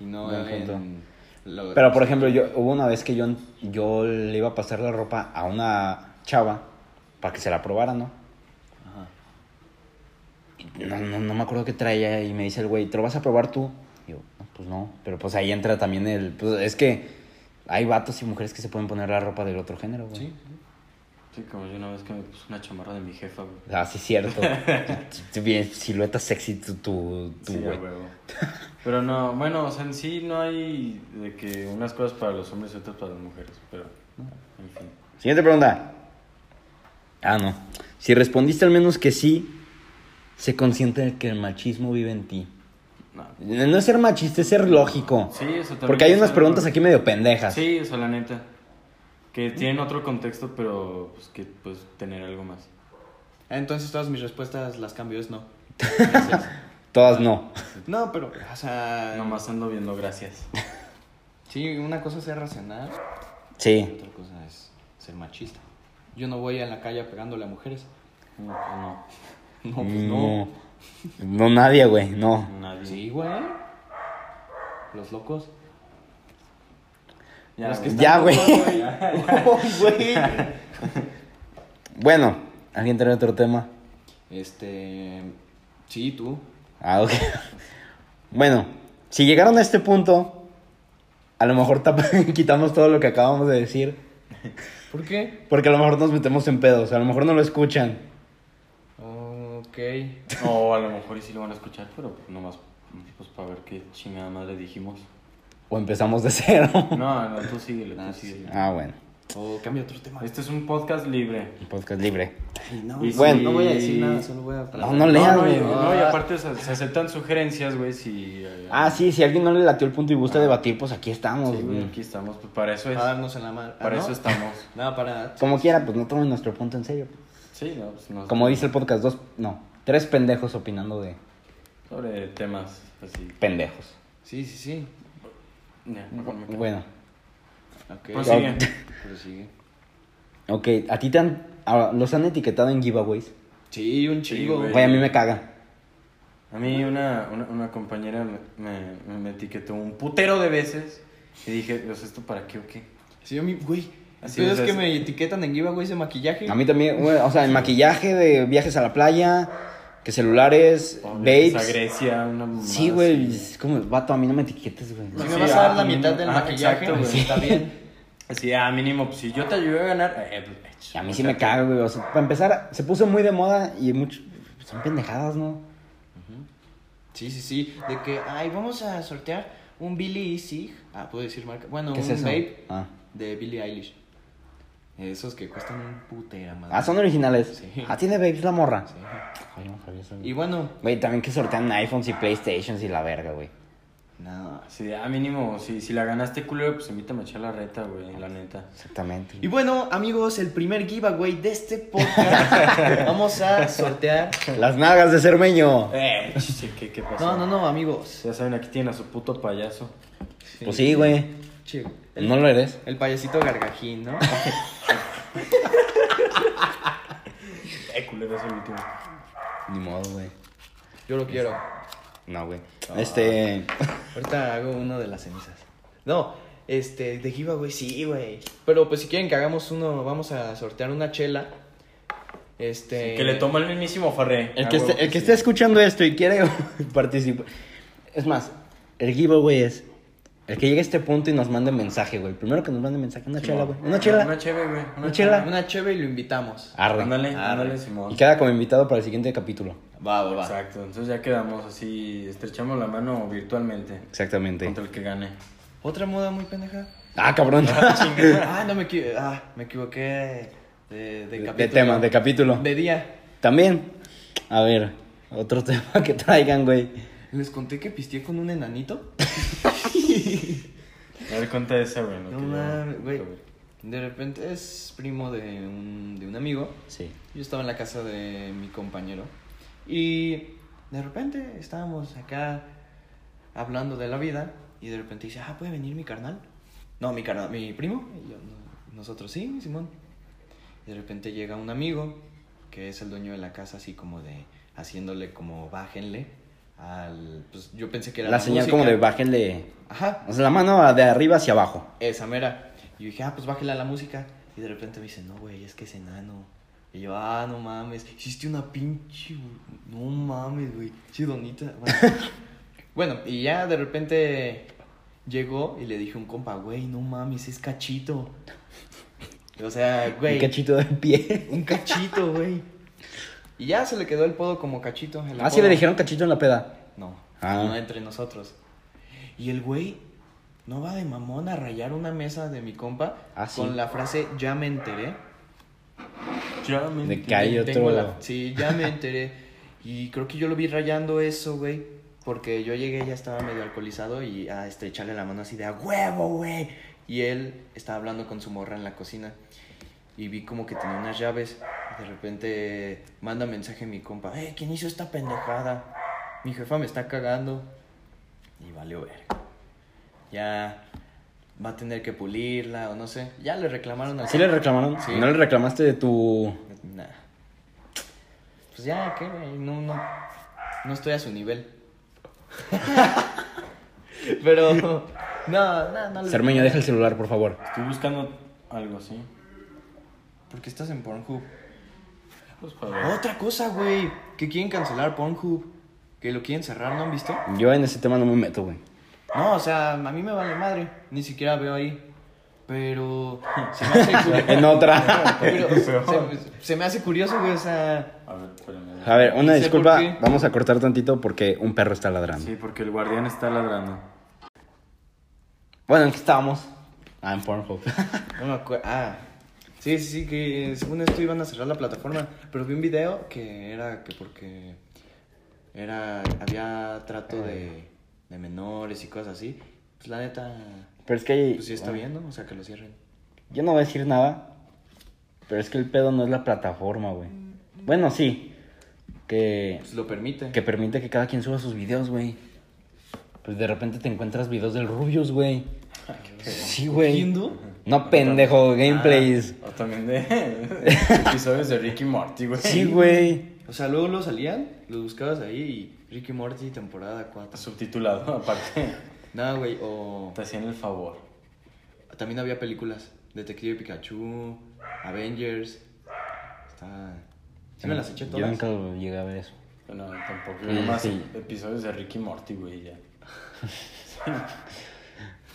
Speaker 3: Y no
Speaker 2: Buen
Speaker 3: en
Speaker 2: punto.
Speaker 3: lo-
Speaker 2: Pero por ejemplo, yo hubo una vez que yo, yo le iba a pasar la ropa a una chava para que se la probara, ¿no?
Speaker 3: Ajá.
Speaker 2: No, no, no me acuerdo qué traía y me dice el güey, ¿te lo vas a probar tú? Y yo, "No, pues no, pero pues ahí entra también el... Pues es que hay vatos y mujeres que se pueden poner la ropa del otro género, güey.
Speaker 3: Sí.
Speaker 1: Sí, como yo una vez que me puse una chamarra de mi jefa, güey.
Speaker 2: Ah, sí, cierto. Y tú bien, silueta sexy, tú, tú, tú,
Speaker 1: Sí, a
Speaker 2: güey.
Speaker 1: huevo. Pero no, bueno, o sea, en sí no hay de que unas cosas para los hombres y otras para las mujeres, pero en fin.
Speaker 2: Siguiente pregunta. Ah, no. Si respondiste al menos que sí, se consciente de que el machismo vive en ti.
Speaker 1: No.
Speaker 2: No es ser machista, es ser lógico.
Speaker 1: Sí, eso también.
Speaker 2: Porque hay
Speaker 1: es
Speaker 2: unas
Speaker 1: algo-
Speaker 2: preguntas aquí medio pendejas.
Speaker 1: Sí, o sea, la neta. Que tienen otro contexto, pero pues que pues tener algo más.
Speaker 3: Entonces todas mis respuestas las cambio, es no.
Speaker 2: Todas no.
Speaker 3: No, pero, o sea,
Speaker 1: Nomás ando viendo, gracias.
Speaker 3: sí, una cosa es ser racional y
Speaker 2: Sí.
Speaker 3: otra cosa es ser machista. Yo no voy a la calle pegándole a mujeres.
Speaker 1: No, pues, no.
Speaker 3: No, pues no.
Speaker 2: No, No, nadie, güey, no.
Speaker 1: Nadie.
Speaker 3: Sí, güey. Los locos.
Speaker 1: Ya,
Speaker 3: Los que
Speaker 1: güey.
Speaker 3: están
Speaker 2: Ya, güey.
Speaker 3: locos, güey.
Speaker 2: Bueno, ¿alguien trae otro tema?
Speaker 3: Este. Sí, tú.
Speaker 2: Ah, ok. Bueno, si llegaron a este punto, a lo mejor tap- quitamos todo lo que acabamos de decir.
Speaker 3: ¿Por qué?
Speaker 2: Porque a lo mejor nos metemos en pedos, a lo mejor no lo escuchan.
Speaker 3: Ok.
Speaker 1: O a lo mejor y sí lo van a escuchar, pero pues, nomás pues para ver qué chingada madre dijimos.
Speaker 2: O empezamos de cero.
Speaker 1: No, no, tú síguele,
Speaker 3: Nah,
Speaker 1: tú
Speaker 3: sí,
Speaker 1: síguele.
Speaker 2: Ah, bueno.
Speaker 3: O cambia otro tema.
Speaker 1: Este es un podcast libre.
Speaker 2: Un podcast libre.
Speaker 3: Ay, no,
Speaker 1: Y
Speaker 2: bueno.
Speaker 3: no voy a decir nada, solo voy a.
Speaker 2: No, no leas,
Speaker 1: no,
Speaker 2: güey.
Speaker 1: y- no, y
Speaker 3: Ah.
Speaker 1: aparte se, se aceptan sugerencias, güey, si... eh,
Speaker 2: Ah, sí, si alguien no le latió el punto y gusta debatir, pues aquí estamos.
Speaker 1: sí, güey,
Speaker 2: güey.
Speaker 1: aquí estamos, pues para eso es.
Speaker 3: Para darnos en la mano.
Speaker 1: para eso estamos.
Speaker 3: Nada, para.
Speaker 2: Como quiera, pues no tomen nuestro punto en serio.
Speaker 1: Sí, no, pues no.
Speaker 2: Como dice el podcast, dos, no, tres pendejos opinando de
Speaker 1: Sobre temas así.
Speaker 2: pendejos.
Speaker 3: Sí, sí, sí.
Speaker 1: Ya, mejor me callo.
Speaker 2: Bueno,
Speaker 3: Ok.
Speaker 1: Prosigue.
Speaker 3: Prosigue.
Speaker 2: ok, ¿a ti te han, a- los han etiquetado en giveaways?
Speaker 3: Sí, un chingo.
Speaker 1: güey.
Speaker 2: Güey, a mí me caga.
Speaker 1: A mí una, una, una compañera me, me, me- me etiquetó un putero de veces y dije, Dios, ¿esto para qué o qué?
Speaker 3: sí, a mí, güey.
Speaker 1: Así
Speaker 3: Así es,
Speaker 1: es,
Speaker 3: que
Speaker 1: es-
Speaker 3: me etiquetan en giveaways de maquillaje.
Speaker 2: A mí también, güey, o sea, el maquillaje de viajes a la playa, que celulares,
Speaker 1: O viajes A
Speaker 2: babes.
Speaker 1: Grecia, una mamada
Speaker 2: Sí, güey,
Speaker 1: así.
Speaker 2: es como, vato, a mí no me etiquetes, güey.
Speaker 3: Si me
Speaker 1: Sí,
Speaker 3: vas a dar
Speaker 1: ah,
Speaker 3: la
Speaker 1: mínimo.
Speaker 3: mitad del
Speaker 1: Ah,
Speaker 3: maquillaje,
Speaker 1: exacto,
Speaker 3: pues,
Speaker 1: güey.
Speaker 3: está bien.
Speaker 1: Así, ah, mínimo, pues si yo te ayudé a ganar... eh, pues,
Speaker 2: Y A mí sí me caga, güey. O sea, para empezar, se puso muy de moda y mucho... son pendejadas, ¿no?
Speaker 3: Sí, sí, sí. De que, ay, vamos a sortear un Billy Sig. Ah, puedo decir marca. Bueno,
Speaker 2: ¿Qué es
Speaker 3: un
Speaker 2: eso?
Speaker 3: vape
Speaker 2: Ah.
Speaker 3: de Billie Eilish. Esos que cuestan un putera madre.
Speaker 2: Ah, son originales.
Speaker 3: Sí.
Speaker 2: Ah, tiene babes la morra.
Speaker 3: Sí.
Speaker 2: Ay, no sabía eso.
Speaker 3: Y bueno,
Speaker 2: Güey, también que sortean iPhones y Playstations y la verga, güey.
Speaker 3: nada.
Speaker 1: Sí, ah, mínimo, si, si la ganaste, culero, pues invítame a echar la reta, güey, la neta.
Speaker 2: Exactamente.
Speaker 3: Y bueno, amigos, el primer giveaway de este podcast. vamos a sortear.
Speaker 2: Las nalgas de Cermeño.
Speaker 1: Eh, che, ¿qué, qué pasó?
Speaker 3: No, no, no, amigos.
Speaker 1: Ya saben, aquí tienen a su puto payaso.
Speaker 2: Pues sí, güey.
Speaker 3: Che, El,
Speaker 2: No lo eres.
Speaker 3: el payasito gargajín, ¿no?
Speaker 1: Eh, culero, es el último.
Speaker 2: Ni modo, güey.
Speaker 3: Yo lo quiero.
Speaker 2: No, güey. Este.
Speaker 3: Ahorita hago uno de las cenizas. No, este, de giveaway, sí, güey. Pero pues si quieren que hagamos uno, vamos a sortear una chela. Este.
Speaker 1: Que le toma el mismísimo Farré.
Speaker 2: El
Speaker 1: Ah,
Speaker 2: que,
Speaker 1: huevo
Speaker 2: esté, el que
Speaker 1: sí.
Speaker 2: esté escuchando esto y quiere participar. Es más, el giveaway es el que llegue a este punto y nos mande mensaje, güey. Primero que nos mande mensaje, una chela, güey. Una
Speaker 1: Una
Speaker 2: chela.
Speaker 1: cheve, güey.
Speaker 2: Una chela.
Speaker 3: Una cheve y lo invitamos.
Speaker 2: Arre.
Speaker 1: Ándale,
Speaker 3: Arre.
Speaker 1: ándale, Simón.
Speaker 2: Y queda como invitado para el siguiente capítulo.
Speaker 3: Va, va, va.
Speaker 1: Exacto, entonces ya quedamos así, estrechamos la mano virtualmente
Speaker 2: Exactamente.
Speaker 1: contra el que gane.
Speaker 3: Otra moda muy pendeja.
Speaker 2: Ah, cabrón.
Speaker 3: ah, no me equivoqué. Ah, me equivoqué de, de
Speaker 2: De,
Speaker 3: capítulo.
Speaker 2: tema, de capítulo.
Speaker 3: De día.
Speaker 2: También. A ver, otro tema que traigan, güey.
Speaker 3: Les conté que pisteé con un enanito.
Speaker 1: A ver, cuenta esa, güey. lo
Speaker 3: No
Speaker 1: que yo-
Speaker 3: mames, güey. De repente es primo de un, de un amigo.
Speaker 2: Sí.
Speaker 3: Yo estaba en la casa de mi compañero y de repente estábamos acá hablando de la vida y de repente dice, ah, ¿puede venir mi carnal? No, mi carnal, mi primo. Y yo, "No, nosotros sí, Simón. Y de repente llega un amigo que es el dueño de la casa así como de haciéndole como bájenle al... Pues yo pensé que era
Speaker 2: La señal
Speaker 3: música.
Speaker 2: como de bájenle.
Speaker 3: Ajá,
Speaker 2: O sea, la mano de arriba hacia abajo.
Speaker 3: esa mera. Y yo dije, ah, pues bájale a la música. Y de repente me dice, no, güey, es que es enano. Y yo, ah, no mames, hiciste una pinche. No mames, güey, chidonita. Bueno, bueno, y ya de repente llegó y le dije a un compa, güey, no mames, es cachito. O sea, güey.
Speaker 2: Un cachito del pie.
Speaker 3: Un cachito, güey. Y ya se le quedó el podo como cachito. el
Speaker 2: Ah, sí le
Speaker 3: apodo.
Speaker 2: dijeron cachito en la peda.
Speaker 3: No,
Speaker 2: Ah.
Speaker 3: no entre nosotros. Y el güey no va de mamón a rayar una mesa de mi compa
Speaker 2: Ah, sí.
Speaker 3: con la frase ya me enteré.
Speaker 1: Ya me
Speaker 2: De
Speaker 1: enteré.
Speaker 2: que hay
Speaker 3: Tengo
Speaker 2: otro.
Speaker 3: la- Sí, ya me enteré. Y creo que yo lo vi rayando eso, güey. Porque yo llegué, ya estaba medio alcoholizado y a estrecharle la mano así de a huevo, güey. Y él estaba hablando con su morra en la cocina. Y vi como que tenía unas llaves. De repente manda mensaje mi compa: ¡Eh, quién hizo esta pendejada! Mi jefa me está cagando. Y valió ver. Ya va a tener que pulirla o no sé. Ya le reclamaron al
Speaker 2: ¿Sí le reclamaron?
Speaker 3: Sí.
Speaker 2: ¿No le reclamaste de tu...?
Speaker 3: Nah. Pues ya, ¿qué, güey? No, no. No estoy a su nivel. Pero. No, no, no. le-
Speaker 2: Cermeño, deja el celular, por favor.
Speaker 1: Estoy buscando algo así.
Speaker 3: ¿Por qué estás en Pornhub?
Speaker 1: Pues para ver.
Speaker 3: Otra cosa, güey. Que quieren cancelar Pornhub. Que lo quieren cerrar, ¿no han visto?
Speaker 2: Yo en ese tema no me meto, güey.
Speaker 3: No, o sea, a mí me vale madre. Ni siquiera veo ahí. Pero. Se me hace
Speaker 2: En
Speaker 3: curioso.
Speaker 2: otra.
Speaker 3: se, se me hace curioso, güey. O sea.
Speaker 1: A ver, espérame.
Speaker 2: A ver, una
Speaker 3: Ni sé
Speaker 2: disculpa.
Speaker 3: por qué.
Speaker 2: Vamos a cortar tantito porque un perro está ladrando.
Speaker 1: Sí, porque el guardián está ladrando.
Speaker 2: Bueno, ¿en qué estábamos? Ah, en Pornhub.
Speaker 3: No me acuerdo. Ah. Sí, sí, sí, que según esto iban a cerrar la plataforma. Pero vi un video que era que porque era había trato de, de menores y cosas así. Pues la neta,
Speaker 2: Pero es que ahí-
Speaker 3: pues sí está bien, ¿no? O sea, que lo cierren.
Speaker 2: Yo no voy a decir nada, pero es que el pedo no es la plataforma, güey. Bueno, sí. Que,
Speaker 3: Pues lo permite.
Speaker 2: que permite que cada quien suba sus videos, güey. Pues de repente te encuentras videos del Rubius, güey. Sí, güey.
Speaker 3: ¿Viendo?
Speaker 2: No, pendejo, gameplays.
Speaker 1: O también de episodios de Ricky Morty, güey.
Speaker 2: Sí, güey.
Speaker 3: O sea, luego lo salían, los buscabas ahí y Ricky Morty temporada 4.
Speaker 1: Subtitulado, aparte.
Speaker 3: Nada, güey, o
Speaker 1: Te hacían el favor.
Speaker 3: también había películas, Detective Pikachu, Avengers. Está Sí me las eché
Speaker 2: Yo
Speaker 3: todas.
Speaker 2: nunca lo llegué a ver eso.
Speaker 1: Bueno, tampoco.
Speaker 2: Sí,
Speaker 1: nomás
Speaker 2: sí.
Speaker 1: episodios de Ricky Morty, güey, ya.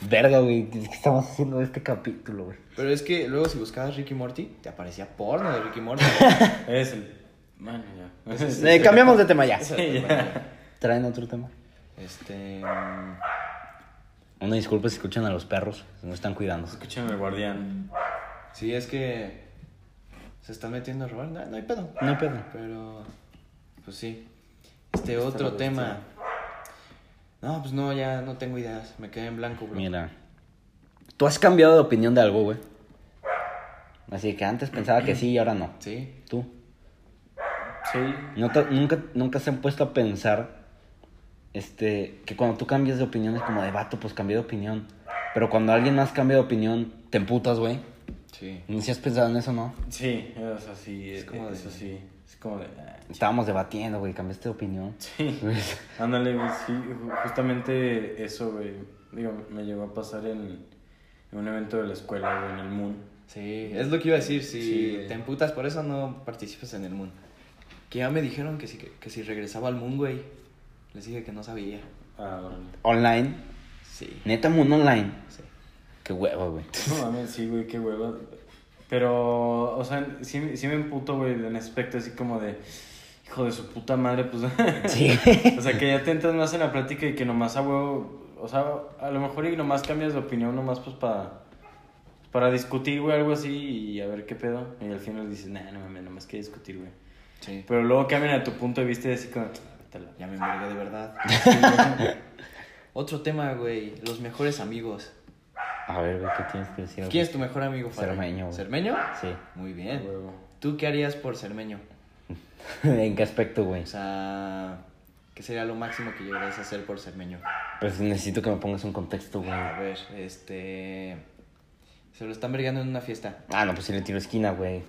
Speaker 2: Verga, güey. ¿Qué estamos haciendo de este capítulo, güey?
Speaker 3: Pero es que luego si buscabas Ricky Morty, te aparecía porno de Ricky Morty.
Speaker 1: Es el. Bueno, ya.
Speaker 2: Eh, cambiamos de tema ya.
Speaker 1: Sí, ya.
Speaker 2: Traen otro tema.
Speaker 3: este. mm,
Speaker 2: Una disculpa si escuchan a los perros. No están cuidando.
Speaker 1: Escúchame, el guardián.
Speaker 3: Sí, es que. Se están metiendo a robar. No, no hay pedo.
Speaker 2: No hay pedo.
Speaker 3: Pero. Pues sí. Este otro tema. No, pues no, ya no tengo ideas. Me quedé en blanco, bro.
Speaker 2: Mira, tú has cambiado de opinión de algo, güey. Así que antes pensaba que sí y ahora no.
Speaker 3: Sí.
Speaker 2: Tú.
Speaker 1: Sí.
Speaker 2: ¿No te- nunca, nunca se han puesto a pensar este, que cuando tú cambias de opinión es como de vato, pues cambié de opinión. Pero cuando alguien más cambia de opinión, te emputas, güey.
Speaker 3: Sí.
Speaker 2: Ni si has pensado en eso, ¿no?
Speaker 1: Sí, es así. Es
Speaker 3: como
Speaker 1: como
Speaker 3: de-
Speaker 1: Eso sí. Es como de. ah,
Speaker 2: Estábamos debatiendo, güey, cambiaste de opinión.
Speaker 1: Sí.
Speaker 2: Pues.
Speaker 1: Ándale, güey, sí, ju- justamente eso, güey. Digo, me llegó a pasar en, en un evento de la escuela, güey, en el Moon.
Speaker 3: Sí. Es lo que iba a decir. Si
Speaker 1: Sí, güey.
Speaker 3: te emputas por eso, no participes en el Moon. Que ya me dijeron que si, que si regresaba al Moon, güey. Les dije que no sabía.
Speaker 1: Ah, órale.
Speaker 2: Online.
Speaker 3: Sí.
Speaker 2: Neta, mundo online.
Speaker 3: sí.
Speaker 2: Qué hueva, güey.
Speaker 1: No mames, sí, güey, qué hueva. Pero, o sea, sí, sí me emputo, güey, en aspecto así como de. Hijo de su puta madre, pues.
Speaker 2: Sí.
Speaker 1: o sea, que ya te entras más en la plática y que nomás a huevo. O sea, a lo mejor y nomás cambias de opinión, nomás pues para. Para discutir, güey, algo así y a ver qué pedo. Y al final dices, nah, no mames, nomás que discutir, güey.
Speaker 3: Sí.
Speaker 1: Pero luego cambian a tu punto de vista y así como. "Vete a la
Speaker 3: Ya me envergué de verdad. Otro tema, güey. Los mejores amigos.
Speaker 2: A ver, güey, ¿qué tienes que decir? güey?
Speaker 3: ¿Quién es tu mejor amigo, Farrell?
Speaker 2: Cermeño, güey.
Speaker 3: ¿Cermeño?
Speaker 2: Sí.
Speaker 3: Muy
Speaker 2: Eh.
Speaker 3: bien.
Speaker 1: huevo".
Speaker 3: ¿Tú qué harías por Cermeño?
Speaker 2: ¿En qué aspecto, güey?
Speaker 3: O sea, ¿qué sería lo máximo que llegarías a hacer por Cermeño?
Speaker 2: Pues necesito que me pongas un contexto, güey. Ah,
Speaker 3: A ver, este. Se lo están vergando en una fiesta.
Speaker 2: Ah, no, pues sí le tiro esquina, güey.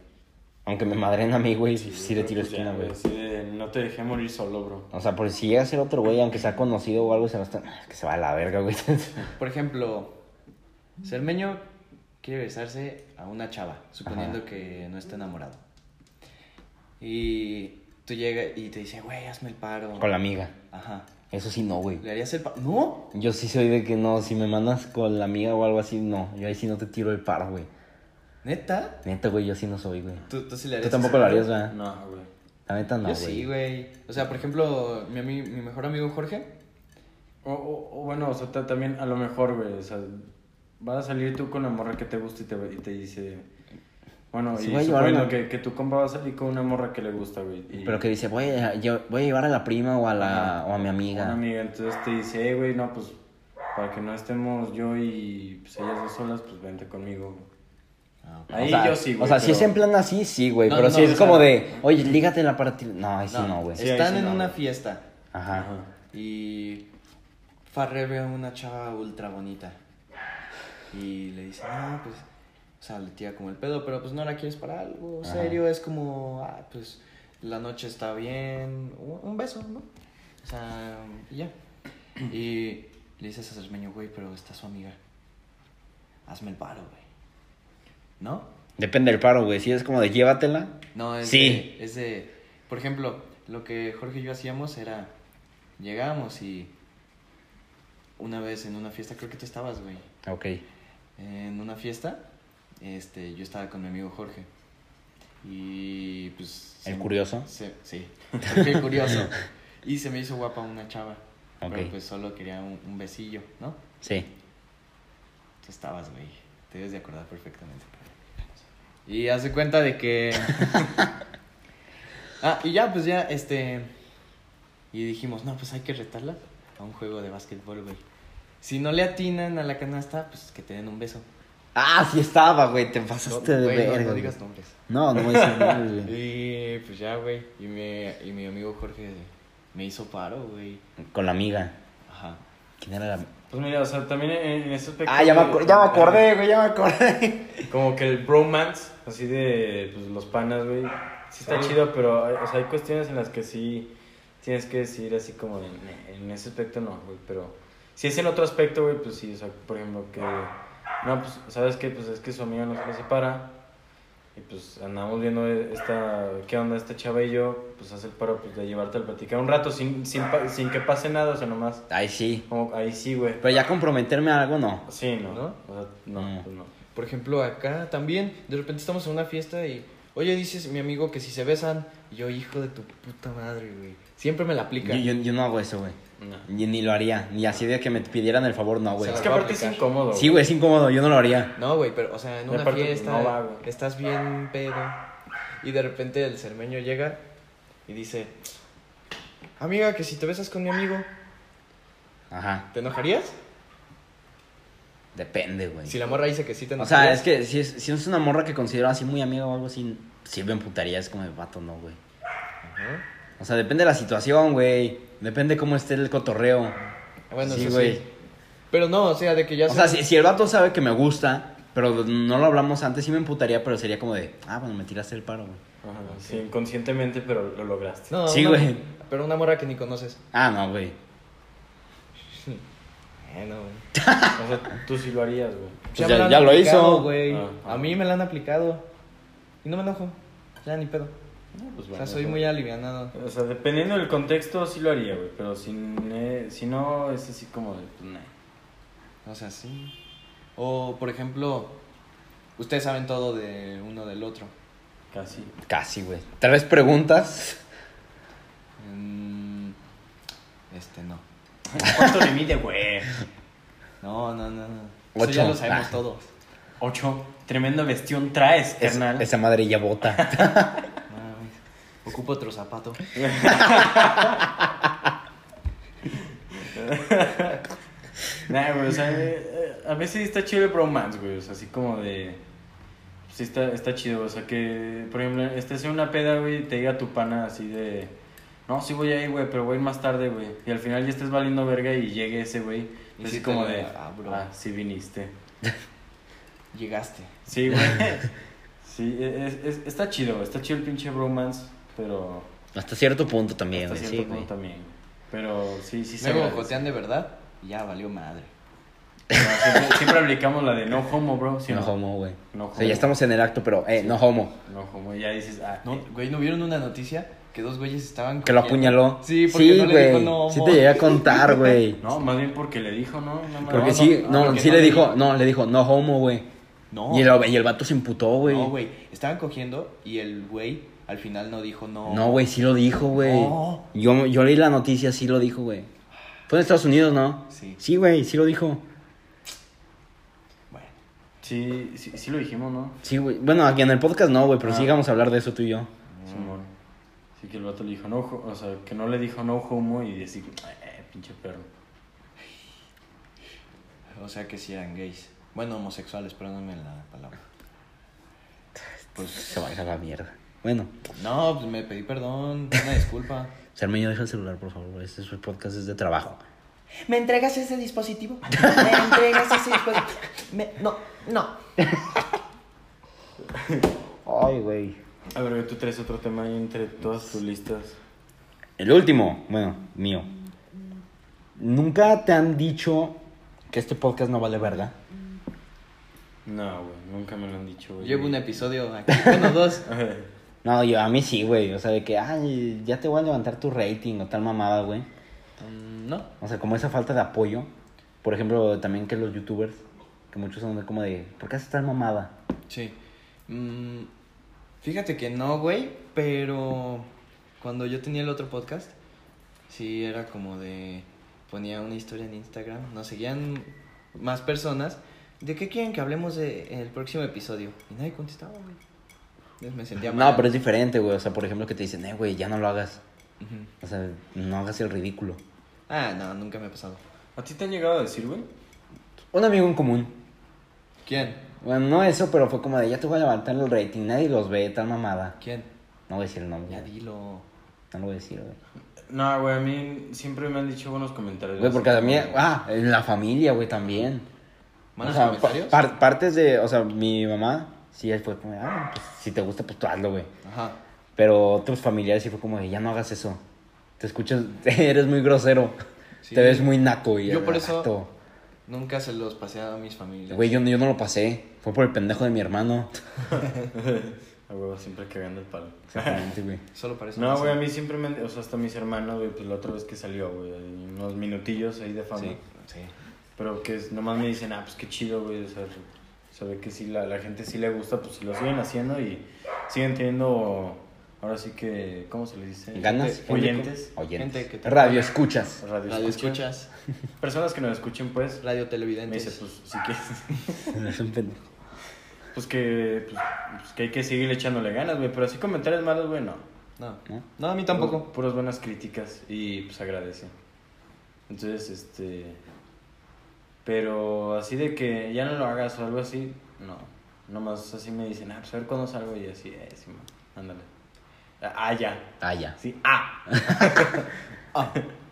Speaker 2: Aunque me madren a mí, güey, sí, sí le
Speaker 1: Pero,
Speaker 2: tiro
Speaker 1: pues, ya,
Speaker 2: esquina, güey.
Speaker 1: así de, no te dejé morir solo, bro.
Speaker 2: O sea, por si llega a ser otro güey, aunque sea conocido o algo, se nos está... Es que se va a la verga, güey.
Speaker 3: Por ejemplo, Cermeño quiere besarse a una chava, suponiendo que no está enamorado. Y tú llegas y te dice, güey, hazme el paro.
Speaker 2: Con la amiga.
Speaker 3: Ajá.
Speaker 2: Eso sí, no, güey.
Speaker 3: ¿Le harías el paro? ¡No!
Speaker 2: Yo sí soy de que no, si me mandas con la amiga o algo así, no. Yo ahí sí no te tiro el paro, güey.
Speaker 3: ¿Neta?
Speaker 2: Neta, güey, yo sí no soy, güey.
Speaker 3: ¿Tú, tú sí le
Speaker 2: Tú
Speaker 3: harías
Speaker 2: tampoco
Speaker 3: ese
Speaker 2: lo
Speaker 3: paro?
Speaker 2: harías, ¿verdad?
Speaker 1: No, güey.
Speaker 2: La neta, no,
Speaker 3: Yo
Speaker 2: güey.
Speaker 3: sí, güey. O sea, por ejemplo, mi, ami- mi mejor amigo Jorge.
Speaker 1: O, o- o bueno, o sea, ta- también a lo mejor, güey, o sea, vas a salir tú con la morra que te gusta y te, y te dice, bueno,
Speaker 2: Sí,
Speaker 1: y
Speaker 2: voy a llevar
Speaker 1: suponiendo
Speaker 2: una-
Speaker 1: que, que tu compa va a salir con una morra que le gusta, güey. y-
Speaker 2: Pero que dice, voy a, yo- voy a llevar a la prima o a, la, o a mi
Speaker 1: Una
Speaker 2: amiga.
Speaker 1: amiga, entonces te dice, "Eh, güey, no, pues, para que no estemos yo y pues, ellas dos solas, pues vente conmigo, güey".
Speaker 2: O
Speaker 1: Ahí
Speaker 2: sea,
Speaker 1: yo sí, güey.
Speaker 2: O sea, si
Speaker 1: pero-
Speaker 2: es en plan así, sí, güey.
Speaker 3: No,
Speaker 2: pero
Speaker 3: no,
Speaker 2: si es
Speaker 3: o sea-
Speaker 2: como de, oye, lígatela para ti. No, ahí sí no, güey.
Speaker 1: Sí, ahí
Speaker 3: Están
Speaker 1: sí
Speaker 3: en
Speaker 1: no,
Speaker 3: una
Speaker 1: güey.
Speaker 3: fiesta
Speaker 2: Ajá.
Speaker 1: Ajá.
Speaker 3: y Farre ve a una chava ultra bonita. Y le dice, ah, pues, o sea, le tira como el pedo, pero pues no la quieres para algo
Speaker 2: Ajá.
Speaker 3: serio. Es como, ah, pues, la noche está bien. Un, un beso, ¿no? O sea, y ya. Y le dices a Cermeño, güey, pero está su amiga. Hazme el paro, güey. ¿No?
Speaker 2: Depende del paro, güey. Si es como de llévatela.
Speaker 3: No, es,
Speaker 2: Sí.
Speaker 3: de, es de- Por ejemplo, lo que Jorge y yo hacíamos era. Llegábamos y. Una vez en una fiesta, creo que tú estabas, güey.
Speaker 2: Ok.
Speaker 3: En una fiesta, este, yo estaba con mi amigo Jorge. Y pues.
Speaker 2: El
Speaker 3: se-
Speaker 2: curioso.
Speaker 3: se- sí, Jorge el curioso. Y se me hizo guapa una chava.
Speaker 2: Ok.
Speaker 3: Pero pues solo quería un, un besillo, ¿no?
Speaker 2: Sí.
Speaker 3: Tú estabas, güey. Te debes de acordar perfectamente. Y hace cuenta de que. ah, y ya, pues ya, este. Y dijimos, no, pues hay que retarla a un juego de básquetbol, güey. Si no le atinan a la canasta, pues que te den un beso.
Speaker 2: Ah, sí estaba, güey. Te
Speaker 3: No,
Speaker 2: pasaste de
Speaker 3: güey, no,
Speaker 2: verga.
Speaker 3: no
Speaker 2: güey.
Speaker 3: digas nombres.
Speaker 2: No, no voy a decir nada, güey.
Speaker 3: Y pues ya, güey. Y, me, y mi amigo Jorge me hizo paro, güey.
Speaker 2: Con la amiga.
Speaker 3: Ajá.
Speaker 2: ¿Quién era la.?
Speaker 1: Pues mira, o sea, también en, en ese aspecto...
Speaker 2: Ah, ya me,
Speaker 1: güey,
Speaker 2: acu- ya me acordé, güey. Ya me acordé.
Speaker 1: Como que el bromance, así de pues, los panas, güey, sí está chido, pero hay, o sea, hay cuestiones en las que sí tienes que decir así como de, "Ne, en ese aspecto no, güey, pero si es en otro aspecto, güey, pues sí, o sea, por ejemplo, que, no, pues, ¿sabes qué? Pues es que su amiga nos nos separa y pues andamos viendo esta, qué onda esta chava y yo, pues hace el paro pues, de llevarte al platicar un rato sin, sin, pa- sin que pase nada, o sea, nomás,
Speaker 2: Ay, sí.
Speaker 1: como, ahí sí, güey,
Speaker 2: Pero ya comprometerme a algo, no.
Speaker 1: sí, ¿no?
Speaker 3: ¿No?
Speaker 1: O sea, no,
Speaker 2: Mm.
Speaker 1: pues no.
Speaker 3: Por ejemplo, acá también, de repente estamos en una fiesta y, oye, dices mi amigo que si se besan, y yo, hijo de tu puta madre, güey. Siempre me la aplica.
Speaker 2: Yo, yo, yo no hago eso, güey.
Speaker 1: No.
Speaker 2: Ni, ni lo haría. Ni así de que me pidieran el favor, no, güey.
Speaker 3: Se
Speaker 1: Es
Speaker 3: las
Speaker 1: que
Speaker 3: voy a
Speaker 1: aparte es
Speaker 3: aplicar.
Speaker 1: incómodo.
Speaker 2: Sí, güey, es incómodo. Yo no lo haría.
Speaker 3: No, güey, pero, o sea, en
Speaker 1: Y
Speaker 3: una
Speaker 1: aparte,
Speaker 3: fiesta
Speaker 1: no va, güey.
Speaker 3: estás bien pedo y de repente el cermeño llega y dice, amiga, que si te besas con mi amigo,
Speaker 2: Ajá.
Speaker 3: ¿te enojarías?
Speaker 2: Depende, güey.
Speaker 3: Si la morra dice que sí te
Speaker 2: O
Speaker 3: enojarías.
Speaker 2: sea, es que si es, si es una morra que considero así muy amiga o algo así, sí me emputaría, es como de vato, no, güey.
Speaker 3: Ajá.
Speaker 2: O sea, depende de la situación, güey. Depende cómo esté el cotorreo.
Speaker 3: Ah, Bueno,
Speaker 2: Sí,
Speaker 3: eso sí,
Speaker 2: güey.
Speaker 3: Pero no, o sea, de que ya
Speaker 2: O sea, si, si el vato sabe que me gusta, pero no lo hablamos antes, sí me emputaría, pero sería como de, ah, bueno, me tiraste el paro, güey.
Speaker 1: Ajá, sí, inconscientemente, pero lo lograste.
Speaker 3: No,
Speaker 2: Sí,
Speaker 3: una-
Speaker 2: güey.
Speaker 3: Pero una morra que ni conoces.
Speaker 2: Ah, no, güey.
Speaker 3: Bueno, güey.
Speaker 1: O sea, tú sí lo harías, güey.
Speaker 2: Pues
Speaker 3: me
Speaker 2: ya-
Speaker 3: la han
Speaker 2: ya lo
Speaker 3: aplicado,
Speaker 2: hizo.
Speaker 3: güey.
Speaker 1: Ah, ah.
Speaker 3: A mí me la han aplicado. Y no me enojo. Ya ni pedo.
Speaker 1: Pues
Speaker 3: o
Speaker 1: bueno,
Speaker 3: sea, soy
Speaker 1: eso-
Speaker 3: muy alivianado.
Speaker 1: O sea, dependiendo del contexto, sí lo haría, güey. Pero si, ne- si no, es así como de, pues, nah.
Speaker 3: O sea, sí. O, por ejemplo, ustedes saben todo de uno del otro.
Speaker 1: Casi.
Speaker 2: Casi, güey. Tal vez preguntas.
Speaker 3: Mm, Este, no.
Speaker 1: ¿Cuánto le mide, güey?
Speaker 3: No, no, no, no. Eso
Speaker 2: Ocho.
Speaker 3: ya lo sabemos
Speaker 2: Ah.
Speaker 3: todos.
Speaker 1: Ocho. Tremenda vestión traes,
Speaker 2: Es-
Speaker 1: carnal.
Speaker 2: esa madre ya bota.
Speaker 3: No mames. Ocupo otro zapato.
Speaker 1: Nah, güey, o sea, eh, eh, a veces está chido el bromance, güey. O sea, así como de. Sí, está, está chido. O sea, que, por ejemplo, estés en una peda, güey, y te diga tu pana así de. No, sí voy ahí, güey, pero voy a ir más tarde, güey. Y al final ya estés valiendo verga y llegue ese, güey. pues,
Speaker 3: Y
Speaker 1: Así
Speaker 3: sí te
Speaker 1: como
Speaker 3: lo-
Speaker 1: de.
Speaker 3: ah, bro.
Speaker 1: Ah, sí viniste.
Speaker 3: Llegaste.
Speaker 1: Sí, güey. sí, es- es- está chido, está chido el pinche bromance, pero.
Speaker 2: Hasta cierto punto también,
Speaker 1: hasta
Speaker 2: güey.
Speaker 1: cierto
Speaker 2: Sí,
Speaker 1: punto
Speaker 2: güey.
Speaker 1: también. Pero sí, sí se
Speaker 3: Luego
Speaker 1: agradece.
Speaker 3: jotean de verdad y ya valió madre.
Speaker 1: No, siempre, siempre aplicamos la de no homo, bro. ¿sí o
Speaker 2: no
Speaker 1: no?
Speaker 2: homo, güey.
Speaker 1: No
Speaker 2: o sea,
Speaker 1: homo.
Speaker 2: ya estamos en el acto, pero, eh, no homo.
Speaker 1: No homo, ya dices, ah,
Speaker 3: No, güey, ¿no vieron una noticia? Que dos güeyes estaban...
Speaker 2: Que lo
Speaker 3: cogiendo.
Speaker 2: apuñaló.
Speaker 3: Sí, porque no le dijo no.
Speaker 2: Sí
Speaker 3: mo.
Speaker 2: te llegué a contar, güey.
Speaker 1: No, más bien porque le dijo, ¿no? No, no,
Speaker 2: Porque
Speaker 1: no,
Speaker 2: sí,
Speaker 1: ah,
Speaker 2: no,
Speaker 1: porque
Speaker 2: sí
Speaker 1: no
Speaker 2: le dijo, no, le dijo, no homo, güey.
Speaker 3: No.
Speaker 2: Y, el, y el vato se emputó, güey.
Speaker 3: No, güey. Estaban cogiendo y el güey al final no dijo no.
Speaker 2: No, güey, sí lo dijo, güey.
Speaker 3: No.
Speaker 2: Yo, yo leí la noticia, sí lo dijo, güey. Fue en Estados Unidos, ¿no?
Speaker 3: Sí.
Speaker 2: Sí, güey, sí lo dijo.
Speaker 3: Bueno.
Speaker 1: Sí, sí, sí lo dijimos, ¿no?
Speaker 2: Sí, güey. Bueno, aquí en el podcast no, güey, pero
Speaker 1: Ah.
Speaker 2: sí íbamos a hablar de eso tú y yo.
Speaker 1: Simón. Sí que el vato le dijo no, ho- o sea, que no le dijo no homo y así, eh, pinche perro.
Speaker 3: O sea que si eran gays. Bueno, homosexuales, perdónenme la palabra. Pues,
Speaker 2: Se va a ir a la mierda. Bueno,
Speaker 3: No, pues me pedí perdón, una disculpa.
Speaker 2: Cermeño, deja el celular, por favor. Este es- podcast es de trabajo.
Speaker 4: ¿Me entregas ese dispositivo? ¿Me entregas ese dispositivo? Me- no, no.
Speaker 2: Ay, güey.
Speaker 1: A ver, güey, tú traes otro tema ahí entre todas tus listas.
Speaker 2: El último, bueno, mío. ¿Nunca te han dicho que este podcast no vale verga?
Speaker 1: No, güey, nunca me lo han dicho, güey.
Speaker 3: Llevo un episodio aquí, bueno, dos.
Speaker 2: No, yo a mí sí, güey. O sea, de que, ay, ya te voy a levantar tu rating o tal mamada, güey.
Speaker 3: Mm, no.
Speaker 2: O sea, como esa falta de apoyo. Por ejemplo, también que los youtubers, que muchos son de como de, ¿por qué haces tal mamada?
Speaker 3: Sí. Mm, fíjate que no, güey, pero cuando yo tenía el otro podcast, sí era como de ponía una historia en Instagram, nos seguían más personas, ¿de qué quieren que hablemos de- en el próximo episodio? Y nadie contestaba, güey. Entonces me sentía mal.
Speaker 2: No, pero es diferente, güey. O sea, por ejemplo, que te dicen, eh, güey, ya no lo hagas.
Speaker 3: Ujú.
Speaker 2: O sea, no hagas el ridículo.
Speaker 3: Ah, no, nunca me ha pasado.
Speaker 1: ¿A ti te han llegado a decir, güey?
Speaker 2: Un amigo en común.
Speaker 3: ¿Quién?
Speaker 2: Bueno, no eso, pero fue como de, ya te voy a levantar el rating. Nadie los ve, tal mamada.
Speaker 3: ¿Quién?
Speaker 2: No voy a decir el nombre.
Speaker 3: Ya
Speaker 2: güey.
Speaker 3: dilo.
Speaker 2: No lo voy a decir, güey.
Speaker 1: No, güey, a mí siempre me han dicho buenos comentarios.
Speaker 2: Güey, porque también, ah, en la familia, güey, también.
Speaker 3: ¿Manos
Speaker 2: O sea,
Speaker 3: comentarios?
Speaker 2: pa- par- partes de, o sea, mi mamá, sí, ahí fue como, ah, pues, si te gusta, pues tú hazlo, güey.
Speaker 3: Ajá.
Speaker 2: Pero otros familiares sí fue como, de, ya no hagas eso. Te escuchas, eres muy grosero.
Speaker 3: Sí.
Speaker 2: Te ves muy naco, y
Speaker 3: Yo por
Speaker 2: al
Speaker 3: eso-
Speaker 2: rato.
Speaker 3: Nunca se los pasé a mis familias.
Speaker 2: Güey, yo, no- yo no lo pasé. Fue por el pendejo de mi hermano.
Speaker 1: A huevo, siempre cagando el palo.
Speaker 2: Exactamente, güey.
Speaker 3: Solo para eso.
Speaker 1: No,
Speaker 3: nací.
Speaker 1: güey, a mí siempre me... O sea, hasta mis hermanos, güey, pues la otra vez que salió, güey, unos minutillos ahí de fama.
Speaker 3: Sí, sí.
Speaker 1: Pero que es- nomás me dicen, ah, pues qué chido, güey, o sea, se ve que si la, la gente sí le gusta, pues si lo siguen haciendo y siguen teniendo, ahora sí que, ¿cómo se le dice?
Speaker 2: ¿Ganas?
Speaker 1: Oyentes.
Speaker 2: Oyentes.
Speaker 3: Gente que te-
Speaker 2: Radio escuchas.
Speaker 1: Radio,
Speaker 3: Radio
Speaker 1: escucha.
Speaker 3: escuchas,
Speaker 1: Personas que nos escuchen, pues,
Speaker 3: radio
Speaker 1: me dice,
Speaker 3: televidentes.
Speaker 1: pues, si quieres,
Speaker 2: Es un pendejo.
Speaker 1: pues que, pues, pues, que hay que seguir echándole ganas, güey, pero así comentarios malos, güey, no. Uh.
Speaker 3: No.
Speaker 2: ¿No?
Speaker 3: No, a mí tampoco.
Speaker 1: Puras- Puras buenas críticas y, pues, agradece. Entonces, este, pero así de que ya no lo hagas o algo así, no. Nomás así me dicen, ah, pues a ver cuándo salgo y así, eh, sí, man, ándale. Ah, ya.
Speaker 2: Ah, ya.
Speaker 1: Sí, ah.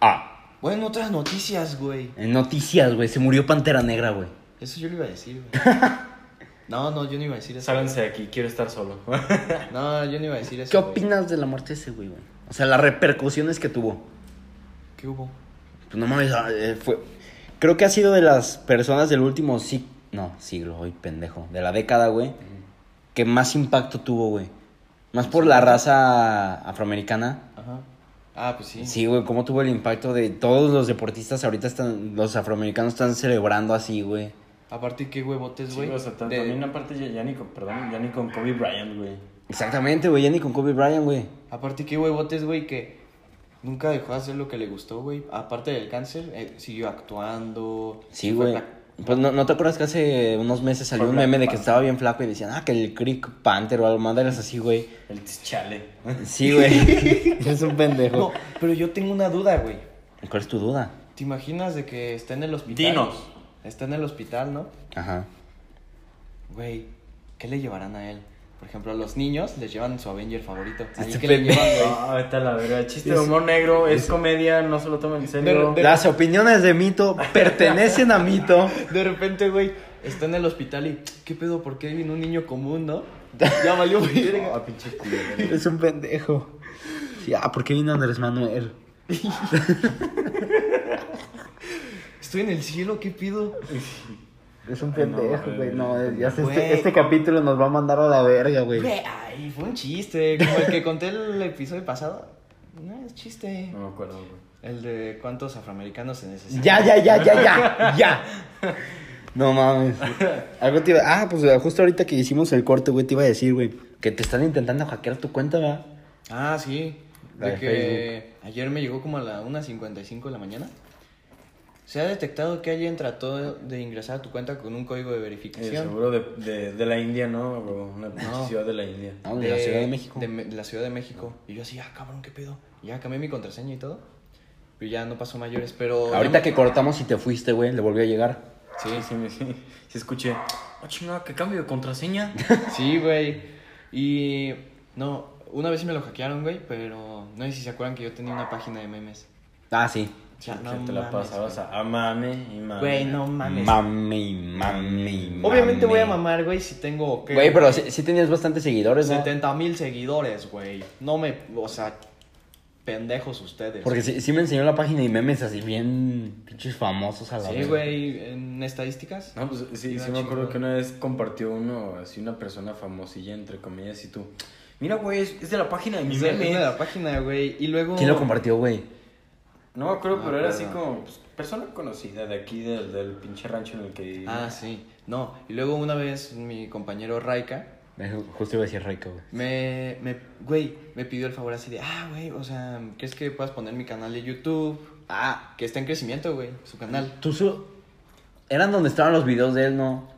Speaker 2: Ah.
Speaker 3: Bueno, otras noticias, güey.
Speaker 2: En noticias, güey, se murió Pantera Negra, güey.
Speaker 3: Eso yo lo iba a decir, güey. No, no, yo no iba a decir eso.
Speaker 1: Sálganse de aquí, quiero estar solo.
Speaker 3: No, yo no iba a decir eso.
Speaker 2: ¿Qué
Speaker 3: güey.
Speaker 2: opinas de la muerte de ese güey, güey? O sea, las repercusiones que tuvo.
Speaker 3: ¿Qué hubo?
Speaker 2: Pues no mames, ah, eh, fue... Creo que ha sido de las personas del último sig- No, siglo, hoy pendejo. De la década, güey. Que más impacto tuvo, güey. Más por la raza afroamericana.
Speaker 3: Ajá. Ah, pues sí.
Speaker 2: Sí, güey, cómo tuvo el impacto de todos los deportistas ahorita están, los afroamericanos están celebrando así, güey.
Speaker 3: Aparte, qué huevotes,
Speaker 1: Sí,
Speaker 3: güey.
Speaker 1: o sea, tan-
Speaker 3: De-
Speaker 1: también aparte ya, ya ni con, perdón, ya ni con Kobe Bryant, güey.
Speaker 2: Exactamente, güey, ya ni con Kobe Bryant, güey.
Speaker 3: Aparte, qué huevotes, güey, que nunca dejó de hacer lo que le gustó, güey. Aparte del cáncer, eh, siguió actuando.
Speaker 2: Sí,
Speaker 3: fue
Speaker 2: güey.
Speaker 3: pra-
Speaker 2: Pues no, ¿no te acuerdas que hace unos meses salió
Speaker 1: Fue
Speaker 2: un
Speaker 1: Black
Speaker 2: meme de que
Speaker 1: Panther.
Speaker 2: estaba bien flaco y decían, ah, que el Creek Panther o algo más, eres así, güey.
Speaker 1: El chale.
Speaker 2: Sí, güey. es un pendejo.
Speaker 3: No, pero yo tengo una duda, güey.
Speaker 2: ¿Cuál es tu duda?
Speaker 3: ¿Te imaginas de que está en el hospital?
Speaker 1: Dinos.
Speaker 3: Está en el hospital, ¿no?
Speaker 2: Ajá.
Speaker 3: Güey, ¿qué le llevarán a él? Por ejemplo, a los niños les llevan su Avenger favorito. ¿A
Speaker 2: Este
Speaker 3: qué le
Speaker 2: pendejo.
Speaker 3: llevan, güey?
Speaker 1: No, vete a la verga. Chiste de humor negro, es comedia, no se lo tomen en serio.
Speaker 3: De-
Speaker 2: Las opiniones de Mito pertenecen a Mito.
Speaker 3: De repente, güey, está en el hospital y, ¿qué pedo? ¿Por qué vino un niño común, no? Ya valió verga.
Speaker 1: Ah, pinche culo.
Speaker 2: Es un pendejo. Sí, ah, ¿por qué vino Andrés Manuel?
Speaker 3: Estoy en el cielo, ¿qué pido?
Speaker 2: Es un
Speaker 1: Ay, no,
Speaker 2: pendejo, güey. No, ya sé,
Speaker 3: Güey.
Speaker 2: este, este capítulo nos va a mandar a la verga, güey.
Speaker 3: Güey, ay, fue un chiste, como el que conté el episodio pasado. No, es chiste.
Speaker 1: No me acuerdo, güey.
Speaker 3: El de cuántos afroamericanos se necesitan.
Speaker 2: Ah. Ya, ya, ya, ya, ya, ya. No mames. Algo te iba... Ah, pues justo ahorita que hicimos el corte, güey, te iba a decir, güey, que te están intentando hackear tu cuenta, ¿verdad?
Speaker 3: Ah, sí.
Speaker 2: La
Speaker 3: De,
Speaker 2: de
Speaker 3: que ayer me llegó como a la 1.55 de la mañana. Se ha detectado que alguien trató de ingresar a tu cuenta con un código de
Speaker 1: El
Speaker 3: verificación.
Speaker 1: Eh, seguro de, de, de la India, ¿no? Bro? Una pinche
Speaker 3: No.
Speaker 1: ciudad de la India.
Speaker 2: No, de la Ciudad de México.
Speaker 3: De, Me- de la Ciudad de México. Y yo así, ah, cabrón, ¿qué pedo? Ya cambié mi contraseña y todo. Pero ya no pasó mayores, pero...
Speaker 2: Ahorita que Ah, cortamos y te fuiste, güey, le volvió a llegar.
Speaker 1: Sí, sí, me- sí. Sí escuché. Ah, chingada, ¿qué cambio de contraseña?
Speaker 3: Sí, güey. Y... No, una vez sí me lo hackearon, güey, pero... No sé si se acuerdan que yo tenía una página de memes.
Speaker 2: Ah, sí.
Speaker 3: O sea,
Speaker 1: que te la
Speaker 3: mames,
Speaker 1: pasabas a, a mame y mame.
Speaker 3: Güey, no mames.
Speaker 2: Mami, mami,
Speaker 3: Obviamente
Speaker 2: mami.
Speaker 3: voy a mamar, güey, si tengo... o qué,
Speaker 2: Güey, pero sí, sí tenías bastantes seguidores, ¿no?
Speaker 3: 70 mil seguidores, güey. No me. O sea, pendejos ustedes.
Speaker 2: Porque sí, sí me enseñó la página y memes así bien pinches famosos a la
Speaker 3: Sí,
Speaker 2: verga.
Speaker 3: güey, en estadísticas.
Speaker 1: No, pues sí,
Speaker 3: Era
Speaker 1: sí me acuerdo
Speaker 3: chingón.
Speaker 1: que una vez compartió uno, así una persona famosilla, entre comillas, y tú. Mira, güey, es, es de la página de mi
Speaker 3: Es de- es de
Speaker 1: meme.
Speaker 3: la página, güey. Y luego.
Speaker 2: ¿Quién lo compartió, güey?
Speaker 1: No me acuerdo,
Speaker 3: No
Speaker 1: pero
Speaker 3: me
Speaker 1: era así
Speaker 3: acuerdo.
Speaker 1: como pues, persona conocida de aquí, del, del pinche rancho en el que.
Speaker 3: Ah, sí. No, y luego una vez mi compañero Raika
Speaker 2: Eh, Justo iba a decir rico, güey.
Speaker 3: me. me güey, me pidió el favor así de. Ah, güey, o sea, ¿crees que puedas poner mi canal de YouTube? Ah, que está en crecimiento, güey, su canal.
Speaker 2: Tú su- Eran donde estaban los videos de él, ¿no?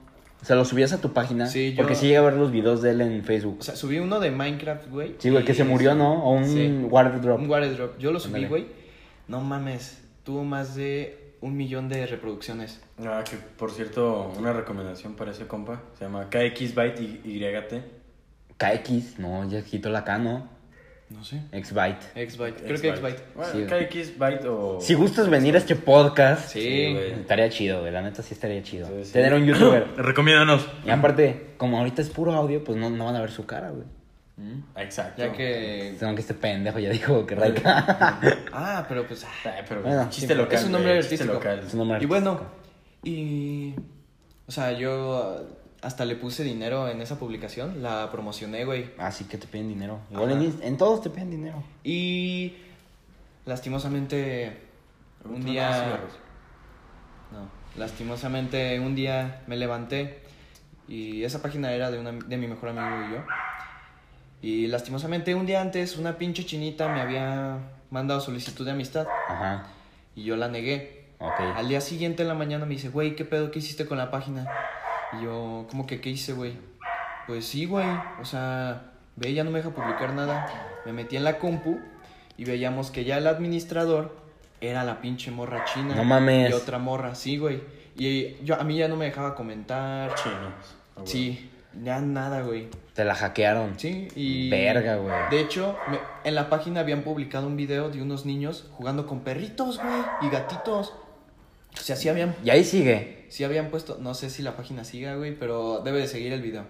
Speaker 2: O sea, los subías a tu página.
Speaker 3: Sí, yo-
Speaker 2: Porque sí llegué a ver los videos de él en Facebook.
Speaker 3: O sea, subí uno de Minecraft, güey.
Speaker 2: sí, güey,
Speaker 3: y
Speaker 2: que se murió,
Speaker 3: ese-
Speaker 2: ¿no? O un
Speaker 3: Sí.
Speaker 2: wardrop.
Speaker 3: Un Waterdrop. Yo lo subí,
Speaker 2: Ándale.
Speaker 3: güey. No mames. Tuvo más de un millón de reproducciones.
Speaker 1: Ah, que por cierto, una recomendación para ese compa. Se llama KXByte y- YT.
Speaker 2: KX, no, ya quitó la K, ¿no?
Speaker 3: No sé.
Speaker 2: Xbyte.
Speaker 3: Xbyte. Creo que Xbyte.
Speaker 1: Bueno,
Speaker 2: Sí, güey.
Speaker 1: KXByte o.
Speaker 2: Si gustas venir a este podcast,
Speaker 3: Oh, Sí.
Speaker 1: Sí, güey.
Speaker 2: estaría chido, güey. La neta sí estaría chido.
Speaker 1: Sí, sí.
Speaker 2: Tener un youtuber.
Speaker 1: Recomiéndanos.
Speaker 2: y aparte, como ahorita es puro audio, pues no, no van a ver su cara, güey.
Speaker 1: Exacto.
Speaker 3: Mm. Ya que.
Speaker 2: Aunque este pendejo ya dijo que Raika.
Speaker 3: Ah, pero pues. ah.
Speaker 1: Ay, Eh, pero
Speaker 2: Bueno,
Speaker 1: chiste local.
Speaker 3: es un nombre
Speaker 1: güey, chiste
Speaker 3: artístico.
Speaker 1: local.
Speaker 2: Es un nombre
Speaker 3: Y bueno.
Speaker 2: artístico.
Speaker 3: Y. O sea, yo hasta le puse dinero en esa publicación. La promocioné, güey.
Speaker 2: Ah, sí, que te piden dinero. Igual
Speaker 3: Ajá.
Speaker 2: en, Inst- en todos te piden dinero.
Speaker 3: Y. Lastimosamente. Un
Speaker 1: Tú no
Speaker 3: día.
Speaker 1: cigarros.
Speaker 3: No, lastimosamente un día me levanté y esa página era de, una, de mi mejor amigo y yo. Y lastimosamente un día antes una pinche chinita me había mandado solicitud de amistad
Speaker 2: Ajá.
Speaker 3: y yo la negué.
Speaker 2: Ok.
Speaker 3: Al día siguiente en la mañana me dice, güey, ¿qué pedo? ¿Qué hiciste con la página? Y yo, ¿cómo que qué hice, güey? Pues sí, güey. O sea, ve, ya no me deja publicar nada. Me metí en la compu y veíamos que ya el administrador era la pinche morra china.
Speaker 2: No mames.
Speaker 3: Y otra morra, sí, güey. Y yo, a mí ya no me dejaba comentar.
Speaker 1: Chinos. Ah, güey.
Speaker 3: Sí, ya nada, güey.
Speaker 2: Te la hackearon.
Speaker 3: Sí, y...
Speaker 2: Verga, güey.
Speaker 3: De hecho, me- en la página habían publicado un video de unos niños jugando con perritos, güey, y gatitos. O sea, sí habían,
Speaker 2: Y ahí sigue.
Speaker 3: sí habían puesto, no sé si la página siga, güey, pero debe de seguir el video.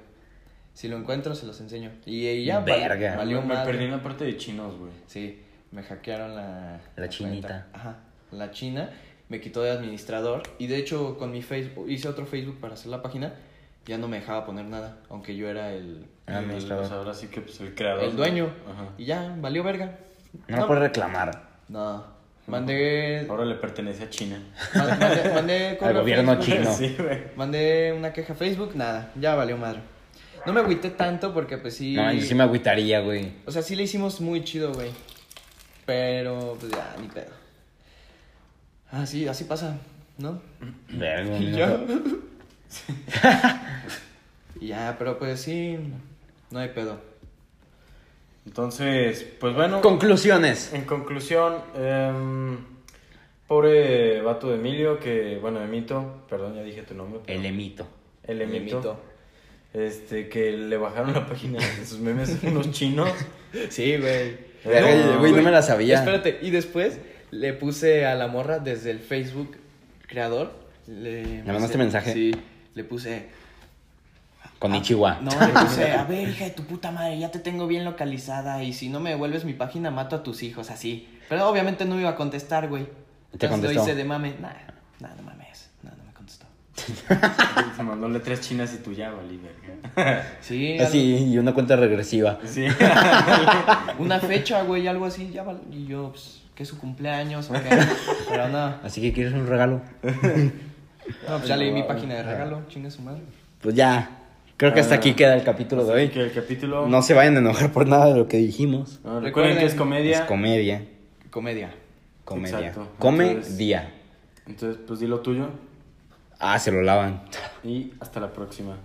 Speaker 3: Si lo encuentro, se los enseño. Y, y ya, val-
Speaker 2: Verga.
Speaker 3: valió
Speaker 1: me, me
Speaker 3: madre.
Speaker 1: perdí en la parte de chinos, güey.
Speaker 3: Sí, me hackearon la...
Speaker 2: La chinita.
Speaker 3: cuenta. Ajá, la china. Me quitó de administrador. Y de hecho, con mi Facebook, hice otro Facebook para hacer la página. ya no me dejaba poner nada, aunque yo era el,
Speaker 2: Ah,
Speaker 1: El-
Speaker 2: administrador.
Speaker 1: pues, ahora sí que pues el creador.
Speaker 3: el dueño.
Speaker 1: Ajá.
Speaker 3: Y ya, valió verga.
Speaker 2: No, puedes reclamar.
Speaker 3: No. Mandé,
Speaker 1: Ahora le pertenece a China.
Speaker 3: man- mandé, mandé correo a
Speaker 2: gobierno
Speaker 3: Facebook.
Speaker 2: chino. No.
Speaker 1: Sí, güey.
Speaker 3: Mandé una queja a Facebook, nada, ya valió madre. No me agüité tanto porque pues sí...
Speaker 2: No, yo sí me agüitaría, güey.
Speaker 3: O sea, sí le hicimos muy chido, güey. Pero, pues ya, ni pedo. Ah, Así, así pasa, ¿no?
Speaker 2: Verga, güey, no.
Speaker 3: Ya. Y ya, pero pues sí, no hay pedo.
Speaker 1: Entonces, pues bueno.
Speaker 2: Conclusiones.
Speaker 1: En conclusión, em, pobre vato de Emilio, que, bueno, Emito, perdón, ya dije tu nombre. pero-
Speaker 2: El Em- emito.
Speaker 1: El
Speaker 3: El
Speaker 1: Emito.
Speaker 3: Emito.
Speaker 1: Este, que le bajaron la página de sus memes unos chinos.
Speaker 3: Sí, güey.
Speaker 1: Verga, güey,
Speaker 2: no me la sabía.
Speaker 3: Espérate, y después le puse a la morra desde el Facebook creador. Le
Speaker 2: mandaste mensaje?
Speaker 3: Sí, le puse.
Speaker 2: Con Ichiwa.
Speaker 3: No, le puse, a ver, hija de tu puta madre, ya te tengo bien localizada y si no me devuelves mi página mato a tus hijos, así. Pero obviamente no me iba a contestar, güey.
Speaker 2: ¿Te
Speaker 3: Entonces
Speaker 2: contestó?
Speaker 3: lo hice de mame. Nah, nah, no mames. Nah, no me contestó.
Speaker 1: Se mandó letras chinas y tú ya, valí, verga.
Speaker 2: Ah,
Speaker 3: Sí,
Speaker 2: Así, y una cuenta regresiva.
Speaker 1: Sí.
Speaker 3: algo- una fecha, güey, algo así. Ya val- Y yo, pues, que es su cumpleaños o qué. Pero no.
Speaker 2: Así que quieres un regalo.
Speaker 3: No, pues ya leí mi página de regalo, chinga su madre.
Speaker 2: Pues ya. Creo que hasta
Speaker 1: Ah.
Speaker 2: aquí queda el capítulo de
Speaker 1: Que
Speaker 2: hoy.
Speaker 1: el capítulo.
Speaker 2: No se vayan a enojar por nada de lo que dijimos.
Speaker 1: No, recuerden,
Speaker 3: Recuerden-
Speaker 1: que es comedia.
Speaker 2: Es comedia.
Speaker 3: Comedia.
Speaker 2: Comedia.
Speaker 1: Exacto.
Speaker 2: Comedia.
Speaker 1: Entonces, pues di lo tuyo
Speaker 2: Ah, se lo lavan.
Speaker 1: y hasta la próxima.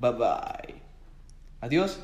Speaker 3: Bye bye. Adiós.